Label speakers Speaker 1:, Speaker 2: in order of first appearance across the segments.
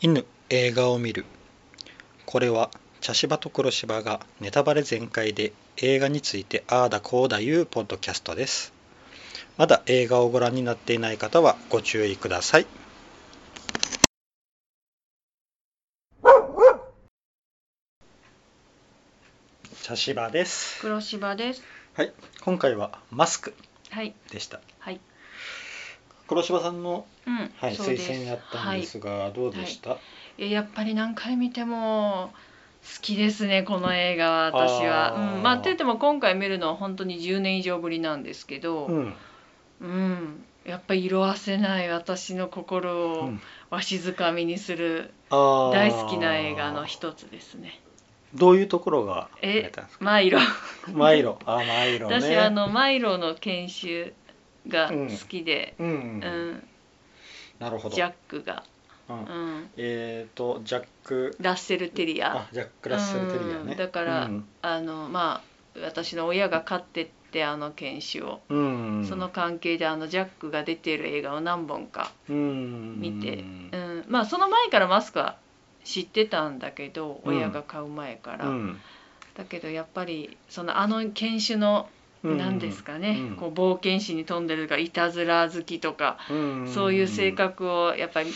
Speaker 1: 犬映画を見るこれは茶芝と黒芝がネタバレ全開で映画についてああだこうだいうポッドキャストですまだ映画をご覧になっていない方はご注意ください茶芝です
Speaker 2: 黒芝です。
Speaker 1: はい今回はマスク
Speaker 2: はい。
Speaker 1: でした
Speaker 2: はい。
Speaker 1: 黒芝さんの、
Speaker 2: うん。
Speaker 1: はい、
Speaker 2: そうで
Speaker 1: 推
Speaker 2: す
Speaker 1: 薦だったんですが、どうでした、
Speaker 2: はい、いややっぱり何回見ても好きですねこの映画は私は。
Speaker 1: あー
Speaker 2: うん、まあといっても今回見るのは本当に10年以上ぶりなんですけど、
Speaker 1: う
Speaker 2: うん。
Speaker 1: ん
Speaker 2: やっぱり色あせない私の心
Speaker 1: う
Speaker 2: を
Speaker 1: ん
Speaker 2: わしづかみにする
Speaker 1: 大
Speaker 2: 大好きな映画の一つですね。
Speaker 1: どういうところが
Speaker 2: え
Speaker 1: 出たんですか
Speaker 2: マイロ。
Speaker 1: マイロあーマイロね
Speaker 2: 私あのマイロの研修が好きで、
Speaker 1: うん、
Speaker 2: うん、
Speaker 1: なるほど
Speaker 2: ジャックが、
Speaker 1: う
Speaker 2: うんん、
Speaker 1: えっ、とジャック
Speaker 2: ラッセルテリア。
Speaker 1: あジャック・ラッセル・テリアね
Speaker 2: うんだから
Speaker 1: うん
Speaker 2: あのまあ私の親が飼ってってあの犬種を、
Speaker 1: うん
Speaker 2: その関係であのジャックが出てる映画を何本か、
Speaker 1: うん
Speaker 2: 見てう
Speaker 1: うん
Speaker 2: ん、まあその前からマスクは知ってたんだけど
Speaker 1: うん
Speaker 2: 親が買う前から、
Speaker 1: うん
Speaker 2: だけどやっぱりそのあの犬種の何ですかね、
Speaker 1: うん
Speaker 2: こう冒険心に富んでるとかいたずら好きとか、
Speaker 1: うん
Speaker 2: そういう性格をやっぱり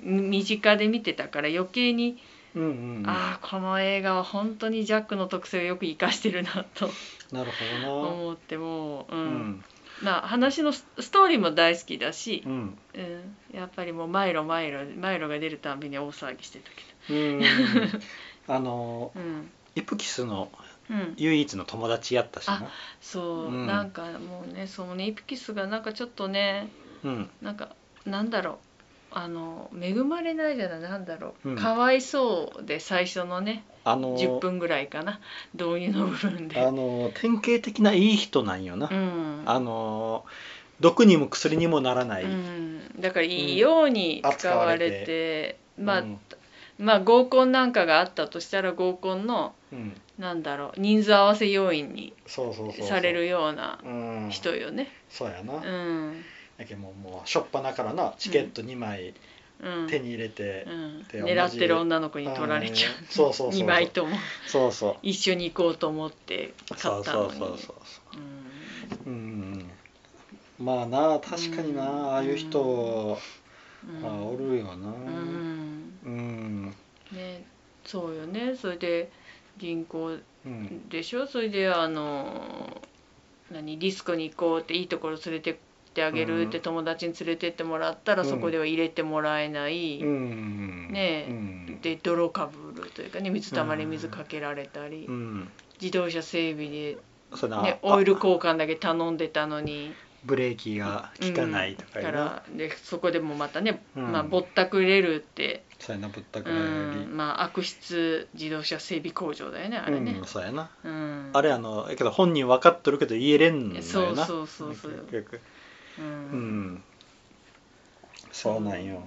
Speaker 2: 身近で見てたから余計に
Speaker 1: うんうん
Speaker 2: ああこの映画は本当にジャックの特性をよく生かしてるなと
Speaker 1: なるほどな
Speaker 2: 思ってもう、う
Speaker 1: うんん
Speaker 2: まあ話のスストーリーも大好きだし
Speaker 1: う、ん
Speaker 2: うん、やっぱりもうマイロマイロマイロが出るたんびに大騒ぎしてた
Speaker 1: うんあの
Speaker 2: けど、うん
Speaker 1: イプキスの
Speaker 2: うん、
Speaker 1: 唯一の友達やったしな
Speaker 2: そう、
Speaker 1: うん
Speaker 2: なんかもうねそうねイプキスがなんかちょっとね
Speaker 1: うん
Speaker 2: なんかなんだろうあの恵まれないじゃないなんだろう、
Speaker 1: うん
Speaker 2: かわいそうで最初のね
Speaker 1: あの
Speaker 2: 10分ぐらいかな導入の部分
Speaker 1: あ
Speaker 2: で。
Speaker 1: の典型的ないい人なんよな、
Speaker 2: うん
Speaker 1: あの毒にも薬にもならない、
Speaker 2: うん、だからいいように
Speaker 1: うん
Speaker 2: 使われて,、まあ、
Speaker 1: うん
Speaker 2: まあ合コンなんかがあったとしたら合コンの
Speaker 1: うん
Speaker 2: なんだろう人数合わせ要員に
Speaker 1: そうそうそうそう
Speaker 2: されるような
Speaker 1: うん
Speaker 2: 人よね。
Speaker 1: そうやな、
Speaker 2: う
Speaker 1: だ
Speaker 2: ん
Speaker 1: けどもうもうしょっぱなからなチケット2枚
Speaker 2: うん
Speaker 1: 手に入れて、
Speaker 2: うん、
Speaker 1: で同じ
Speaker 2: 狙ってる女の子に取られちゃう
Speaker 1: あーそうそうそうそう
Speaker 2: 2枚とも
Speaker 1: そうそう
Speaker 2: 一緒に行こうと思って買
Speaker 1: そ
Speaker 2: っ
Speaker 1: う
Speaker 2: た
Speaker 1: そ
Speaker 2: の
Speaker 1: う
Speaker 2: に
Speaker 1: そうそう
Speaker 2: うん
Speaker 1: うんうんまあな確かにな、
Speaker 2: うん
Speaker 1: ああいう人
Speaker 2: うん
Speaker 1: はおるよな
Speaker 2: うん
Speaker 1: うん
Speaker 2: ね、そうよねそれで銀行
Speaker 1: うん
Speaker 2: でしょそれであの何ディスコに行こうっていいところ連れてってあげるって
Speaker 1: うん
Speaker 2: 友達に連れてってもらったら
Speaker 1: うん
Speaker 2: そこでは入れてもらえない、
Speaker 1: うん
Speaker 2: ねえ
Speaker 1: うん
Speaker 2: で泥かぶるというかね水たまり水かけられたり、
Speaker 1: うん
Speaker 2: 自動車整備で、
Speaker 1: そうだ
Speaker 2: ね、オイル交換だけ頼んでたのに
Speaker 1: ブレーキが効かないとか
Speaker 2: だ
Speaker 1: いう
Speaker 2: か
Speaker 1: な、
Speaker 2: らでそこでもまたね、
Speaker 1: うん
Speaker 2: まあ、ぼったくれるって、
Speaker 1: そうやなぶったく
Speaker 2: う
Speaker 1: られるより
Speaker 2: んまあ、悪質自動車整備工場だよねあれね
Speaker 1: うん、。そうやな
Speaker 2: うん
Speaker 1: あれあのやけど本人分かっとるけど言えれんのよな
Speaker 2: そうそうそうそう
Speaker 1: 結局
Speaker 2: う
Speaker 1: うんんそうなんよ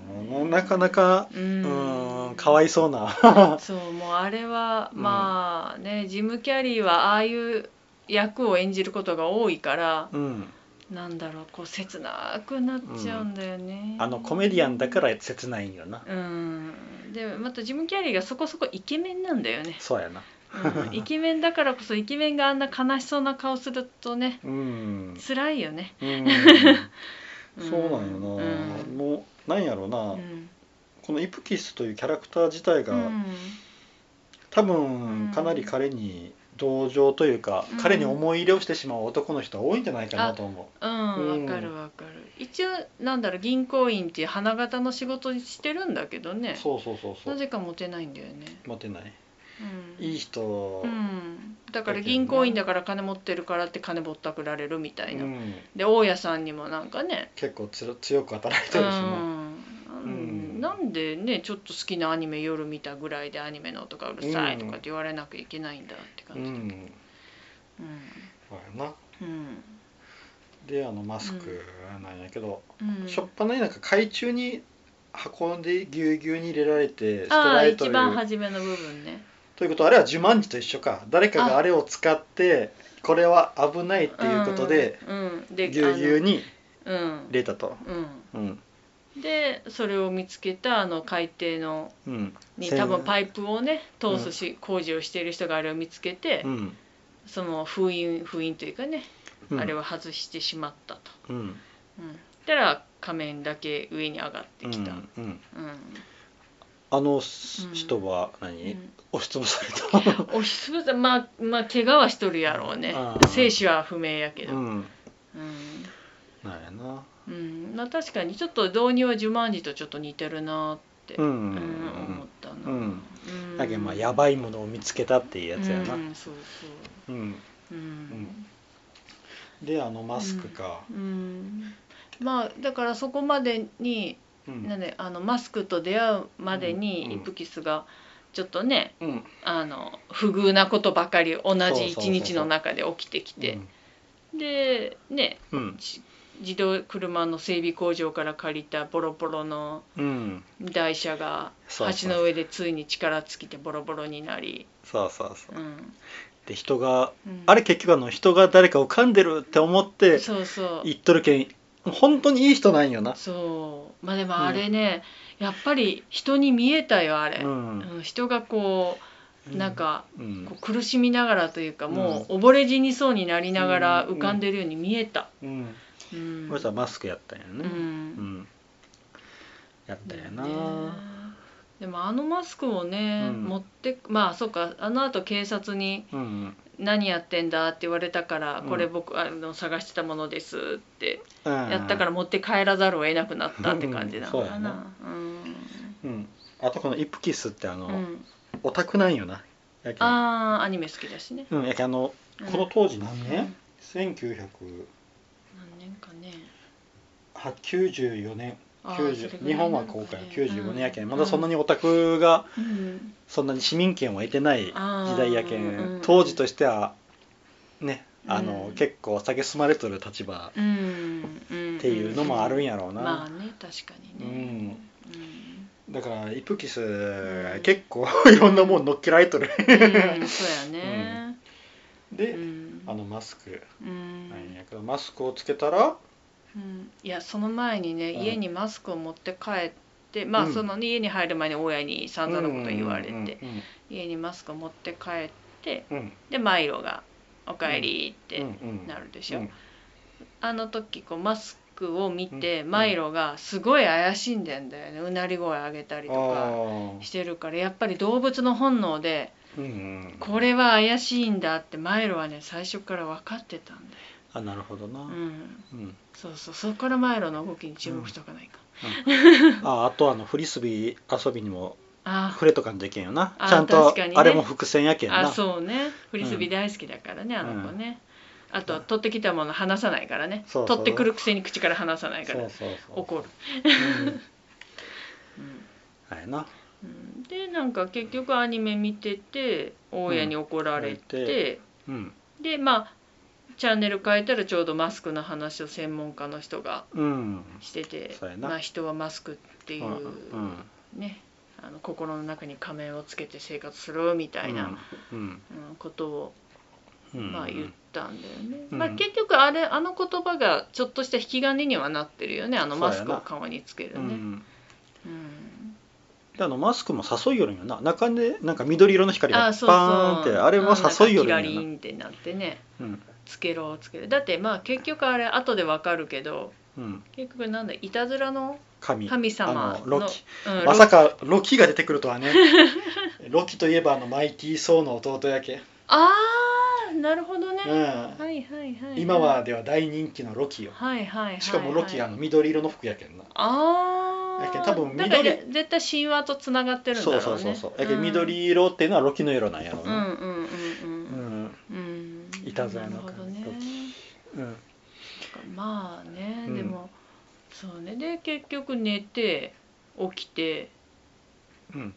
Speaker 1: なかなかう
Speaker 2: う
Speaker 1: んんかわいそうな
Speaker 2: そうもうあれは
Speaker 1: うん
Speaker 2: まあね、ジム・キャリーはああいう役を演じることが多いから、
Speaker 1: うん
Speaker 2: なんだろうこう切なくなっちゃうんだよね、
Speaker 1: あのコメディアンだから切ないんよな
Speaker 2: うんでまたジム・キャリーがそこそこイケメンなんだ よね、
Speaker 1: そうやな
Speaker 2: うんイケメンだからこそイケメンがあんな悲しそうな顔するとね
Speaker 1: うん
Speaker 2: 辛いよね
Speaker 1: うん そうなんよな
Speaker 2: うん
Speaker 1: もうなんやろう
Speaker 2: う
Speaker 1: なんこのイプキスというキャラクター自体
Speaker 2: う
Speaker 1: が
Speaker 2: ん
Speaker 1: 多
Speaker 2: うん
Speaker 1: 分かなり彼に同情というか彼に思い入れをしてしまう男の人は多いんじゃないかなと思
Speaker 2: うん
Speaker 1: うん
Speaker 2: わかるわかる一応なんだろう銀行員っていう花形の仕事してるんだけど
Speaker 1: う
Speaker 2: ね
Speaker 1: そうそうそうそ
Speaker 2: な
Speaker 1: う
Speaker 2: ぜかモテないんだよね
Speaker 1: モテない
Speaker 2: うん
Speaker 1: いい人
Speaker 2: うん、だから銀行員だから金持ってるからって金ぼったくられるみたいな、
Speaker 1: うん
Speaker 2: で大家さんにもなんかね
Speaker 1: 結構つろ強く働いて
Speaker 2: う
Speaker 1: るしね
Speaker 2: んなん
Speaker 1: うん
Speaker 2: なんでねちょっと好きなアニメ夜見たぐらいでアニメの音がうるさいとかって言われなきゃいけないんだって
Speaker 1: う
Speaker 2: 感じ、うん
Speaker 1: んそうやな
Speaker 2: うん
Speaker 1: であのマスクなんやけど、
Speaker 2: うん
Speaker 1: しょっぱなになんか海中に運んでぎゅうぎゅうに入れられて捨て
Speaker 2: あ
Speaker 1: ら
Speaker 2: あ
Speaker 1: れと
Speaker 2: 一
Speaker 1: る
Speaker 2: 番初めの部分ね
Speaker 1: ということはあれはジュマンジと一緒か誰かがあれを使ってこれは危ないっていうことで、
Speaker 2: うん、うん、
Speaker 1: ぎ
Speaker 2: で
Speaker 1: ゅうぎゅうに
Speaker 2: あのうん
Speaker 1: 入れたと、
Speaker 2: うん
Speaker 1: うん、
Speaker 2: でそれを見つけたあの海底の
Speaker 1: うん
Speaker 2: に
Speaker 1: せん
Speaker 2: 多分パイプをね通すし、工事をしている人があれを見つけて、
Speaker 1: うん
Speaker 2: その封印封印というかね、
Speaker 1: うん
Speaker 2: あれを外してしまったと、
Speaker 1: うん
Speaker 2: うん、たら仮面だけ上に上がって
Speaker 1: うん
Speaker 2: きた、うん
Speaker 1: うんあのす
Speaker 2: うん
Speaker 1: 人は
Speaker 2: う
Speaker 1: 何、
Speaker 2: ん
Speaker 1: 押しつぶされた
Speaker 2: おしつぶさまあまあ怪我はしとるやろうね
Speaker 1: あー
Speaker 2: 生死は不明やけど、
Speaker 1: う
Speaker 2: うん
Speaker 1: んなんやな
Speaker 2: うんまあ、確かにちょっと導入は呪文字とちょっと似てるなって、
Speaker 1: う
Speaker 2: うん
Speaker 1: ん
Speaker 2: 思ったな、
Speaker 1: うん
Speaker 2: うん
Speaker 1: だけどまあやばいものを見つけたっていうやつやな
Speaker 2: うん、そう
Speaker 1: うん
Speaker 2: そううん、
Speaker 1: であのマスクか
Speaker 2: うん、まあだからそこまでに、
Speaker 1: うん
Speaker 2: なんであのマスクと出会うまで
Speaker 1: うん
Speaker 2: に
Speaker 1: う
Speaker 2: イ
Speaker 1: ん
Speaker 2: プキスがちょっとね
Speaker 1: うん
Speaker 2: あの不遇なことばかり同
Speaker 1: そう
Speaker 2: じ
Speaker 1: そうそう
Speaker 2: 一日の中で起きてきてでね
Speaker 1: うん
Speaker 2: じ自動車の整備工場から借りたボロボロの
Speaker 1: うん
Speaker 2: 台車が
Speaker 1: そうそ
Speaker 2: 橋
Speaker 1: う
Speaker 2: の上でついに力尽きてボロボロになり、
Speaker 1: そうそうそう
Speaker 2: うん
Speaker 1: で人が
Speaker 2: うん
Speaker 1: あれ結局あの人が誰かを噛んでるって思って
Speaker 2: そうそう
Speaker 1: 言っとるけん本当にいい人なんよな
Speaker 2: そうまあでもあれね、やっぱり人に見えたよあれ、
Speaker 1: うん
Speaker 2: うん人がこうなんか
Speaker 1: う
Speaker 2: こ
Speaker 1: ん
Speaker 2: う苦しみながらというか、
Speaker 1: うん
Speaker 2: もう溺れ死にそうになりながら浮かんでるように見えた、
Speaker 1: うん
Speaker 2: うん
Speaker 1: これさマスクやったんや
Speaker 2: う
Speaker 1: ねうんんやったんや
Speaker 2: ね
Speaker 1: な
Speaker 2: でもあのマスクをね、
Speaker 1: うん
Speaker 2: 持ってまあそっかあのあと警察に
Speaker 1: うん
Speaker 2: 「何やってんだ?」って言われたから「
Speaker 1: うん
Speaker 2: これ僕あの探してたものです」って
Speaker 1: や
Speaker 2: やったから持って帰らざるを得なくなったって感じなの
Speaker 1: うんそ
Speaker 2: か
Speaker 1: うや
Speaker 2: な
Speaker 1: な。うんあとこのイプキスってあの、
Speaker 2: うんうん
Speaker 1: オタクなんよなやけん
Speaker 2: ああアニメ好きだしね、
Speaker 1: うんやけんあの
Speaker 2: うん
Speaker 1: この当時何
Speaker 2: うん
Speaker 1: 年、1994
Speaker 2: 何年かね
Speaker 1: 年90日本は公
Speaker 2: あーそれぐらいなのかね
Speaker 1: 開95年やけん、
Speaker 2: うん
Speaker 1: まだそんなにオタクが
Speaker 2: うん
Speaker 1: そんなに市民権を得てない時代やけん、
Speaker 2: あーうん
Speaker 1: 当時としてはねあの、
Speaker 2: うん
Speaker 1: 結構酒進まれとる立場
Speaker 2: うんうん
Speaker 1: っていうのもあるん
Speaker 2: や
Speaker 1: やろうな、
Speaker 2: まあね確かにねうん、
Speaker 1: だからイプキス、
Speaker 2: ん
Speaker 1: 結構いろんなもん乗っけられとる
Speaker 2: うん、そうやね、う
Speaker 1: で、
Speaker 2: ん、
Speaker 1: あのマスク
Speaker 2: うん
Speaker 1: なんやけどマスクをつけたら
Speaker 2: うん、いやその前にね
Speaker 1: うん
Speaker 2: 家にマスクを持って帰って、まあ
Speaker 1: うん
Speaker 2: その、ね、家に入る前に親に散々なこと言われて、
Speaker 1: うん
Speaker 2: 家にマスクを持って帰って
Speaker 1: うんうん
Speaker 2: でマイロが「おかえり」って
Speaker 1: うんうん
Speaker 2: なるでしょ、
Speaker 1: うん
Speaker 2: あの時こうマスクを見て、
Speaker 1: うん
Speaker 2: マイロがすごい怪しんでんだよねうなり声上げたりとか
Speaker 1: あ
Speaker 2: してるからやっぱり動物の本能で
Speaker 1: ーうんうん
Speaker 2: これは怪しいんだってマイロはね最初から分かってたんだよ、
Speaker 1: あなるほどな、
Speaker 2: うん、
Speaker 1: うん
Speaker 2: そうそうそこからマイロの動きに注目しとかないか、
Speaker 1: ああとあのフリスビー遊びにも
Speaker 2: あ
Speaker 1: 触れとかんといけんよな
Speaker 2: あ
Speaker 1: ちゃんと
Speaker 2: 確かにね
Speaker 1: あれも伏線やけん
Speaker 2: あ
Speaker 1: な
Speaker 2: そうねフリスビー大好きだからね、あの子ねあとは取ってきたもの離さないからね
Speaker 1: そうそう
Speaker 2: 取ってくるくせに口から離さないか
Speaker 1: そ
Speaker 2: ら
Speaker 1: うそうそう
Speaker 2: 怒る、
Speaker 1: うん
Speaker 2: うん
Speaker 1: あれな
Speaker 2: うんでなんか結局アニメ見てて大家に怒られ
Speaker 1: うん
Speaker 2: て、
Speaker 1: うん
Speaker 2: でまあチャンネル変えたらちょうどマスクの話を専門家の人が
Speaker 1: うん
Speaker 2: してて
Speaker 1: そうやな
Speaker 2: まあ、人はマスクっていうう、
Speaker 1: んうん
Speaker 2: ねあの心の中に仮面をつけて生活するみたいな、
Speaker 1: うん
Speaker 2: うんことを
Speaker 1: うん
Speaker 2: まあ言ったんだよね、
Speaker 1: うん
Speaker 2: まあ、結局あれあの言葉がちょっとした引き金にはなってるよねあのマスクを顔につける
Speaker 1: う
Speaker 2: ね
Speaker 1: ん
Speaker 2: うん
Speaker 1: であのマスクも誘いよるんよな中でなんか緑色の光が
Speaker 2: あ
Speaker 1: バ
Speaker 2: あそうそう
Speaker 1: ーンってあれも誘いよる
Speaker 2: なんか
Speaker 1: んよ
Speaker 2: キラリ
Speaker 1: な
Speaker 2: ンってなってね
Speaker 1: うん
Speaker 2: つけろつけろだってまあ結局あれ後でわかるけど
Speaker 1: うん
Speaker 2: 結局なんだいたずらの
Speaker 1: 神
Speaker 2: 神様
Speaker 1: あ
Speaker 2: の
Speaker 1: のロキ
Speaker 2: うん
Speaker 1: まさかロキが出てくるとは ねロキといえばあのマイティー・ソーの弟やけ、
Speaker 2: ああなるほどね、
Speaker 1: う
Speaker 2: はいはいは
Speaker 1: ん、
Speaker 2: い、
Speaker 1: 今はでは大人気のロキよ
Speaker 2: はいはいはい、はい、
Speaker 1: しかもロキがあの緑色の服やけんな
Speaker 2: ああ
Speaker 1: やけん多分
Speaker 2: だから
Speaker 1: 緑
Speaker 2: 絶対神話とつながってるんだ
Speaker 1: そ
Speaker 2: ろう
Speaker 1: う
Speaker 2: ね
Speaker 1: そうそうそうやけん
Speaker 2: ん
Speaker 1: 緑色っていうのはロキの色なんやろう
Speaker 2: うん
Speaker 1: な
Speaker 2: うんうんうん
Speaker 1: う、ん
Speaker 2: うん
Speaker 1: いたずらの
Speaker 2: なるほど
Speaker 1: 感
Speaker 2: ね
Speaker 1: じとうん
Speaker 2: まあね、
Speaker 1: うん
Speaker 2: でもそうねで結局寝て起きて
Speaker 1: うん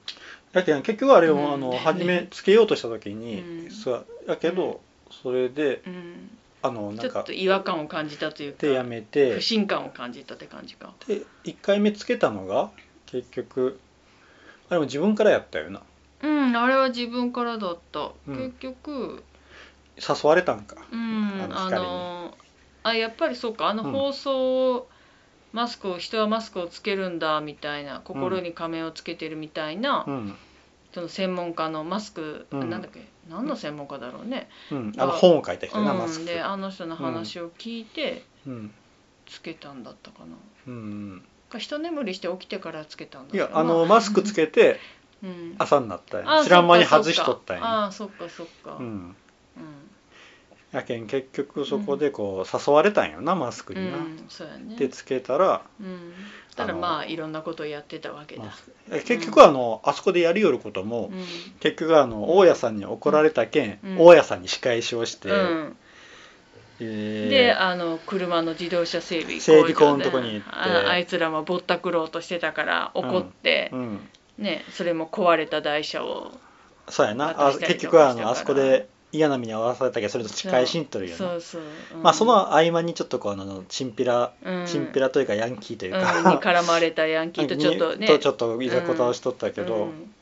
Speaker 1: やけん結局あれ
Speaker 2: う
Speaker 1: を
Speaker 2: ん
Speaker 1: あの初めつけようとした時
Speaker 2: う
Speaker 1: に
Speaker 2: ん
Speaker 1: そうやけどそれで
Speaker 2: うん
Speaker 1: あのな
Speaker 2: ち
Speaker 1: ん
Speaker 2: ょっ
Speaker 1: か
Speaker 2: と違和感を感じたというか
Speaker 1: 手やめて
Speaker 2: 不信感を感じたって感じか
Speaker 1: で1回目つけたのが結局あれも自分からやったよな
Speaker 2: うんあれは自分からだった、
Speaker 1: うん
Speaker 2: 結局
Speaker 1: 誘われたんか
Speaker 2: うん
Speaker 1: あの
Speaker 2: あ
Speaker 1: 光に
Speaker 2: のあやっぱりそうかあの
Speaker 1: うん
Speaker 2: 放送マスクを人はマスクをつけるんだみたいな心に仮面をつけてるみたいな、
Speaker 1: うん
Speaker 2: その専門家のマスク、
Speaker 1: うん
Speaker 2: なんだっけ何の専門家だろうね、
Speaker 1: うん、あの本を書いた人やな、マ
Speaker 2: う
Speaker 1: スク
Speaker 2: ん、であの人の話を聞いて
Speaker 1: うん
Speaker 2: つけたんだったかな、
Speaker 1: うん、
Speaker 2: か一眠りして起きてからつけたんだ
Speaker 1: い
Speaker 2: けど
Speaker 1: やあのマスクつけて
Speaker 2: うん
Speaker 1: 朝になったん
Speaker 2: あ
Speaker 1: や知らん間に外しとったんや、
Speaker 2: あそっかそっかあ
Speaker 1: う
Speaker 2: ー
Speaker 1: ん、
Speaker 2: そ
Speaker 1: やけん結局そこでこう誘われたんやなマスク
Speaker 2: っかそっかうん、
Speaker 1: に
Speaker 2: う
Speaker 1: な、
Speaker 2: ん、そうやね
Speaker 1: でつけたら、
Speaker 2: うんただまあいろんなことをやってたわけだ、
Speaker 1: まあ、結局あの、あそこでやりよることも、
Speaker 2: うん
Speaker 1: 結局あの大家さんに怒られたけん、
Speaker 2: うん
Speaker 1: 大家さんに仕返しをして、
Speaker 2: うん、
Speaker 1: えー
Speaker 2: であの車の自動車整備
Speaker 1: 整備工のとこに行って
Speaker 2: ああいつらもぼったくろうとしてたから怒って、
Speaker 1: うん、
Speaker 2: ね、それも壊れた台車を
Speaker 1: そうやなあ
Speaker 2: 渡したり
Speaker 1: 結
Speaker 2: と
Speaker 1: 局は
Speaker 2: か
Speaker 1: あ
Speaker 2: したから
Speaker 1: のあそこで嫌な目に遭わされたけどそれと仕返しにとるよね
Speaker 2: そうそう、うん
Speaker 1: まあその合間にちょっとこうあのチンピラ、
Speaker 2: うん、
Speaker 1: チンピラというかヤンキーといううんか、
Speaker 2: に絡まれたヤンキーとちょっと ね
Speaker 1: にちょっといざこざをしとったけど、
Speaker 2: うん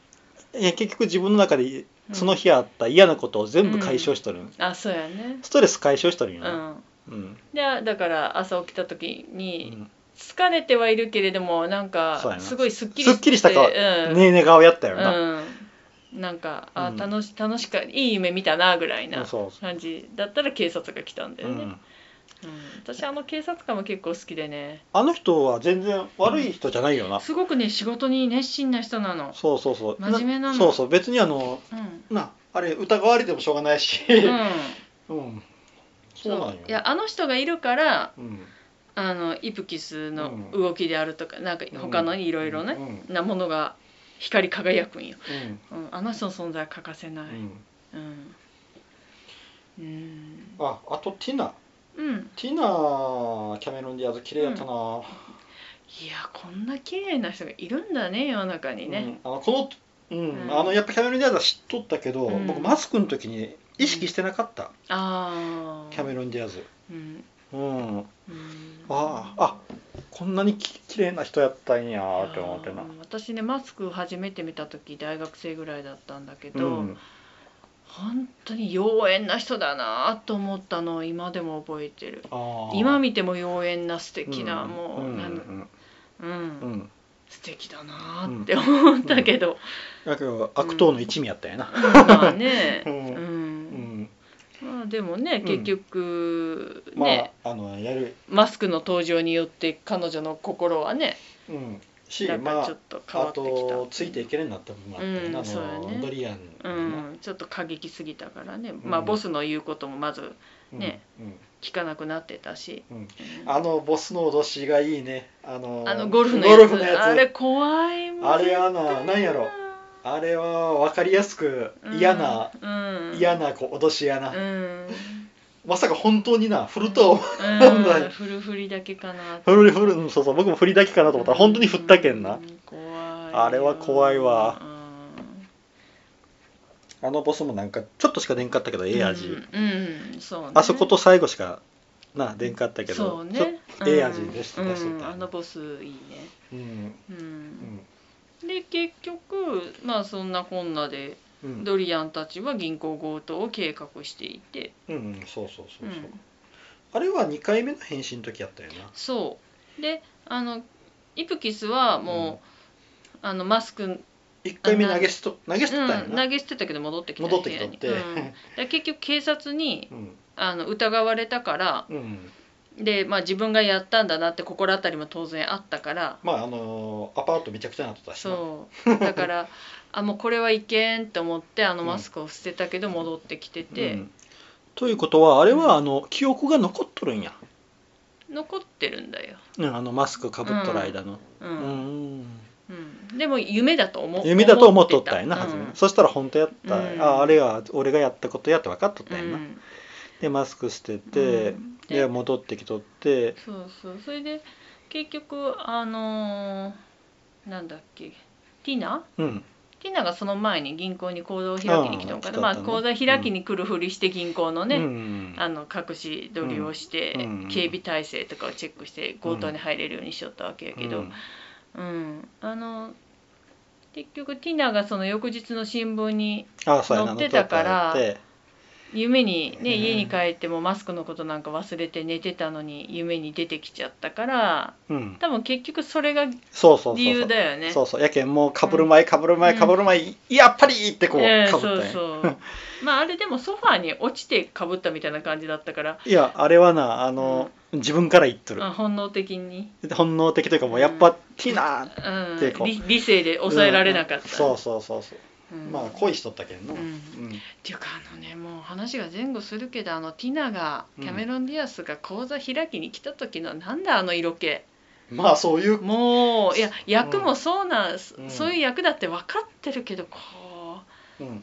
Speaker 1: いや結局自分の中で
Speaker 2: うん
Speaker 1: その日あった嫌なことを全部解消しとる、
Speaker 2: あそうやね
Speaker 1: ストレス解消しとるん
Speaker 2: う
Speaker 1: よな、
Speaker 2: ん
Speaker 1: うん
Speaker 2: でだから朝起きた時
Speaker 1: う
Speaker 2: に
Speaker 1: ん
Speaker 2: 疲れてはいるけれどもなん
Speaker 1: そうや
Speaker 2: か
Speaker 1: な
Speaker 2: すごいすっきり
Speaker 1: すっきりした顔、
Speaker 2: うん
Speaker 1: ねえねえ顔やったよな、
Speaker 2: うん、なんかあ
Speaker 1: うん
Speaker 2: 楽し楽しかいい夢見たなぐらいな
Speaker 1: そう
Speaker 2: 感じだったら警察が来たんだ
Speaker 1: う
Speaker 2: よね、
Speaker 1: ん、
Speaker 2: うん私あの警察官も結構好きでね
Speaker 1: あの人は全然悪い人じゃないよな、
Speaker 2: すごくね仕事に熱心な人なの、
Speaker 1: そうそうそう
Speaker 2: 真面目なの
Speaker 1: そうそう別にあの
Speaker 2: うん
Speaker 1: なあれ疑われてもしょうがないし、
Speaker 2: うん、
Speaker 1: うんそうなんよ
Speaker 2: いやあの人がいるから
Speaker 1: うん
Speaker 2: あのイプキスの
Speaker 1: う
Speaker 2: 動きであるとか、なんか他のいろいろね
Speaker 1: う、んうん
Speaker 2: なものが光り輝くんよ、
Speaker 1: うん
Speaker 2: うん、あの人の存在は欠かせない、
Speaker 1: うん
Speaker 2: うんうん
Speaker 1: ああとティナ
Speaker 2: うん、
Speaker 1: ティナキャメロン・ディアズ綺麗やったな、
Speaker 2: いやこんな綺麗な人がいるんだね世の中にね、
Speaker 1: うん、あのこの、うん
Speaker 2: うん
Speaker 1: あのやっぱキャメロン・ディアズは知っとったけど、
Speaker 2: うん
Speaker 1: 僕マスクの時に意識してなかった、
Speaker 2: ああ
Speaker 1: キャメロン・ディアズ
Speaker 2: うん、
Speaker 1: うんあ
Speaker 2: うん
Speaker 1: ああこんなにき綺麗な人やったんやーって思ってな
Speaker 2: あー私ねマスク初めて見た時大学生ぐらいだったんだけ
Speaker 1: う
Speaker 2: ど、
Speaker 1: ん
Speaker 2: 本当に妖艶な人だなと思ったのを今でも覚えてる
Speaker 1: あー
Speaker 2: 今見ても妖艶な素敵な、
Speaker 1: ん
Speaker 2: も
Speaker 1: う
Speaker 2: う、
Speaker 1: ん
Speaker 2: なんうん
Speaker 1: うんうん
Speaker 2: 素敵だなって思ったけど、
Speaker 1: だけど悪党の一味やったんやな
Speaker 2: まあね、
Speaker 1: う
Speaker 2: うんん
Speaker 1: うん、
Speaker 2: まあ、でもね
Speaker 1: ん
Speaker 2: 結局、
Speaker 1: まあ、
Speaker 2: ね
Speaker 1: あのやる
Speaker 2: マスクの登場によって彼女の心はね
Speaker 1: うんし
Speaker 2: なん
Speaker 1: ま
Speaker 2: か
Speaker 1: あ
Speaker 2: ちょっと変わ
Speaker 1: あ
Speaker 2: ってきた、
Speaker 1: とついていけるようになった部分もあったよな、
Speaker 2: うんそう
Speaker 1: あ
Speaker 2: や
Speaker 1: の、
Speaker 2: ね
Speaker 1: ドリアン
Speaker 2: う
Speaker 1: のな、
Speaker 2: ん、ちょっと過激すぎたからね、まあ
Speaker 1: うん
Speaker 2: ボスの言うこともまず
Speaker 1: うん
Speaker 2: ね、
Speaker 1: うん
Speaker 2: 聞かなくなってたし、
Speaker 1: うん
Speaker 2: うん
Speaker 1: あのボスの脅しがいいねあの
Speaker 2: あのゴルフの
Speaker 1: ゴ
Speaker 2: や
Speaker 1: ル
Speaker 2: つ
Speaker 1: フのやつ
Speaker 2: あれ怖いもん
Speaker 1: あれやななんやろあれは分かりやすく嫌な、、
Speaker 2: うん、
Speaker 1: 嫌なこう脅しや
Speaker 2: う
Speaker 1: な、
Speaker 2: ん、
Speaker 1: まさか本当にな振るとは思う
Speaker 2: うん
Speaker 1: ない
Speaker 2: フルフリだけかな
Speaker 1: 振る振るうんそうそう僕も振りだけかなと思ったら本当に振ったけんな、
Speaker 2: うん怖いよ
Speaker 1: あれは怖いわ
Speaker 2: うん
Speaker 1: あのボスもなんかちょっとしか出んかったけどええ味、
Speaker 2: うん、うん、そうね
Speaker 1: あそこと最後しかな出んかったけど
Speaker 2: そう
Speaker 1: ちょっと
Speaker 2: ね
Speaker 1: ええ味出して
Speaker 2: うん
Speaker 1: 出してたよね
Speaker 2: うんあのボスいいね
Speaker 1: うん
Speaker 2: うん、
Speaker 1: うん
Speaker 2: で結局まあそんなこんなで
Speaker 1: うん
Speaker 2: ドリアンたちは銀行強盗を計画していて、
Speaker 1: うんうんそうそうそうそう、
Speaker 2: うん
Speaker 1: あれは2回目の変身の時やったよな
Speaker 2: そうであのイプキスはもう、あのマスク、うん、
Speaker 1: 1回目投げしと投げしとったよな、
Speaker 2: 投げ捨てたけど戻ってきた
Speaker 1: 戻ってきとって
Speaker 2: 部屋にうんだから結局警察に
Speaker 1: うん
Speaker 2: あの疑われたから
Speaker 1: うん
Speaker 2: で、まあ、自分がやったんだなって心当たりも当然あったから
Speaker 1: まああのーアパートめちゃくちゃなっとったしな
Speaker 2: そうだからあもうこれはいけんと思ってあのマスクを捨てたけど戻ってきてて、
Speaker 1: うんということはあれはあの記憶が残っとるんや、
Speaker 2: 残ってるんだよ、
Speaker 1: うん、あのマスクかぶっとる間の、
Speaker 2: う
Speaker 1: うんん
Speaker 2: うんでも夢だと思う
Speaker 1: 夢だと思っとったんやな、初め
Speaker 2: うん
Speaker 1: そしたら本当やった、
Speaker 2: うん
Speaker 1: ああれは俺がやったことやって分かっとったんやな、
Speaker 2: うん
Speaker 1: でマスク捨てて、
Speaker 2: うん
Speaker 1: で戻ってきとって
Speaker 2: そうそうそれで結局あのーなんだっけティナ
Speaker 1: うん
Speaker 2: ティナがその前に銀行に口座を開きに来たのかな、
Speaker 1: うん
Speaker 2: ま
Speaker 1: 来
Speaker 2: あ
Speaker 1: たった
Speaker 2: 口
Speaker 1: ね
Speaker 2: 座開きに来るふりして銀行のね、
Speaker 1: うん
Speaker 2: あの隠し撮りをして、
Speaker 1: うん
Speaker 2: 警備体制とかをチェックして強盗に入れるようにしよったわけやけど、うんあの結局ティナがその翌日の新聞に
Speaker 1: あそうやな
Speaker 2: 乗ってたから
Speaker 1: 乗っとったんやって
Speaker 2: 夢にね
Speaker 1: うん
Speaker 2: 家に帰ってもマスクのことなんか忘れて寝てたのに夢に出てきちゃったから
Speaker 1: うん、
Speaker 2: 多分結局それが
Speaker 1: そうそうそうそう
Speaker 2: 理由だよね。
Speaker 1: そうそうやけんもうかぶる前かぶる前かぶる前、やっぱりってこう
Speaker 2: ええ
Speaker 1: かぶ
Speaker 2: そ
Speaker 1: った
Speaker 2: う
Speaker 1: んや、
Speaker 2: そうまああれでもソファーに落ちてかぶったみたいな感じだったから、
Speaker 1: いやあれはなあの、自分から言っとる
Speaker 2: あ、本能的に、
Speaker 1: 本能的というかもうやっぱティナーって
Speaker 2: うん
Speaker 1: でこう
Speaker 2: 理理性で抑えられなかった、
Speaker 1: そうそうそうそう、
Speaker 2: うん
Speaker 1: まあ恋しとったけんの、
Speaker 2: うん
Speaker 1: うん
Speaker 2: っていうかあのねもう話が前後するけどあのティナが
Speaker 1: うん
Speaker 2: キャメロン・ディアスが講座開きに来た時の、なんだあの色気
Speaker 1: まあそういう
Speaker 2: もういや役もそうな、
Speaker 1: うん
Speaker 2: そういう役だって分かってるけどこ
Speaker 1: うん
Speaker 2: う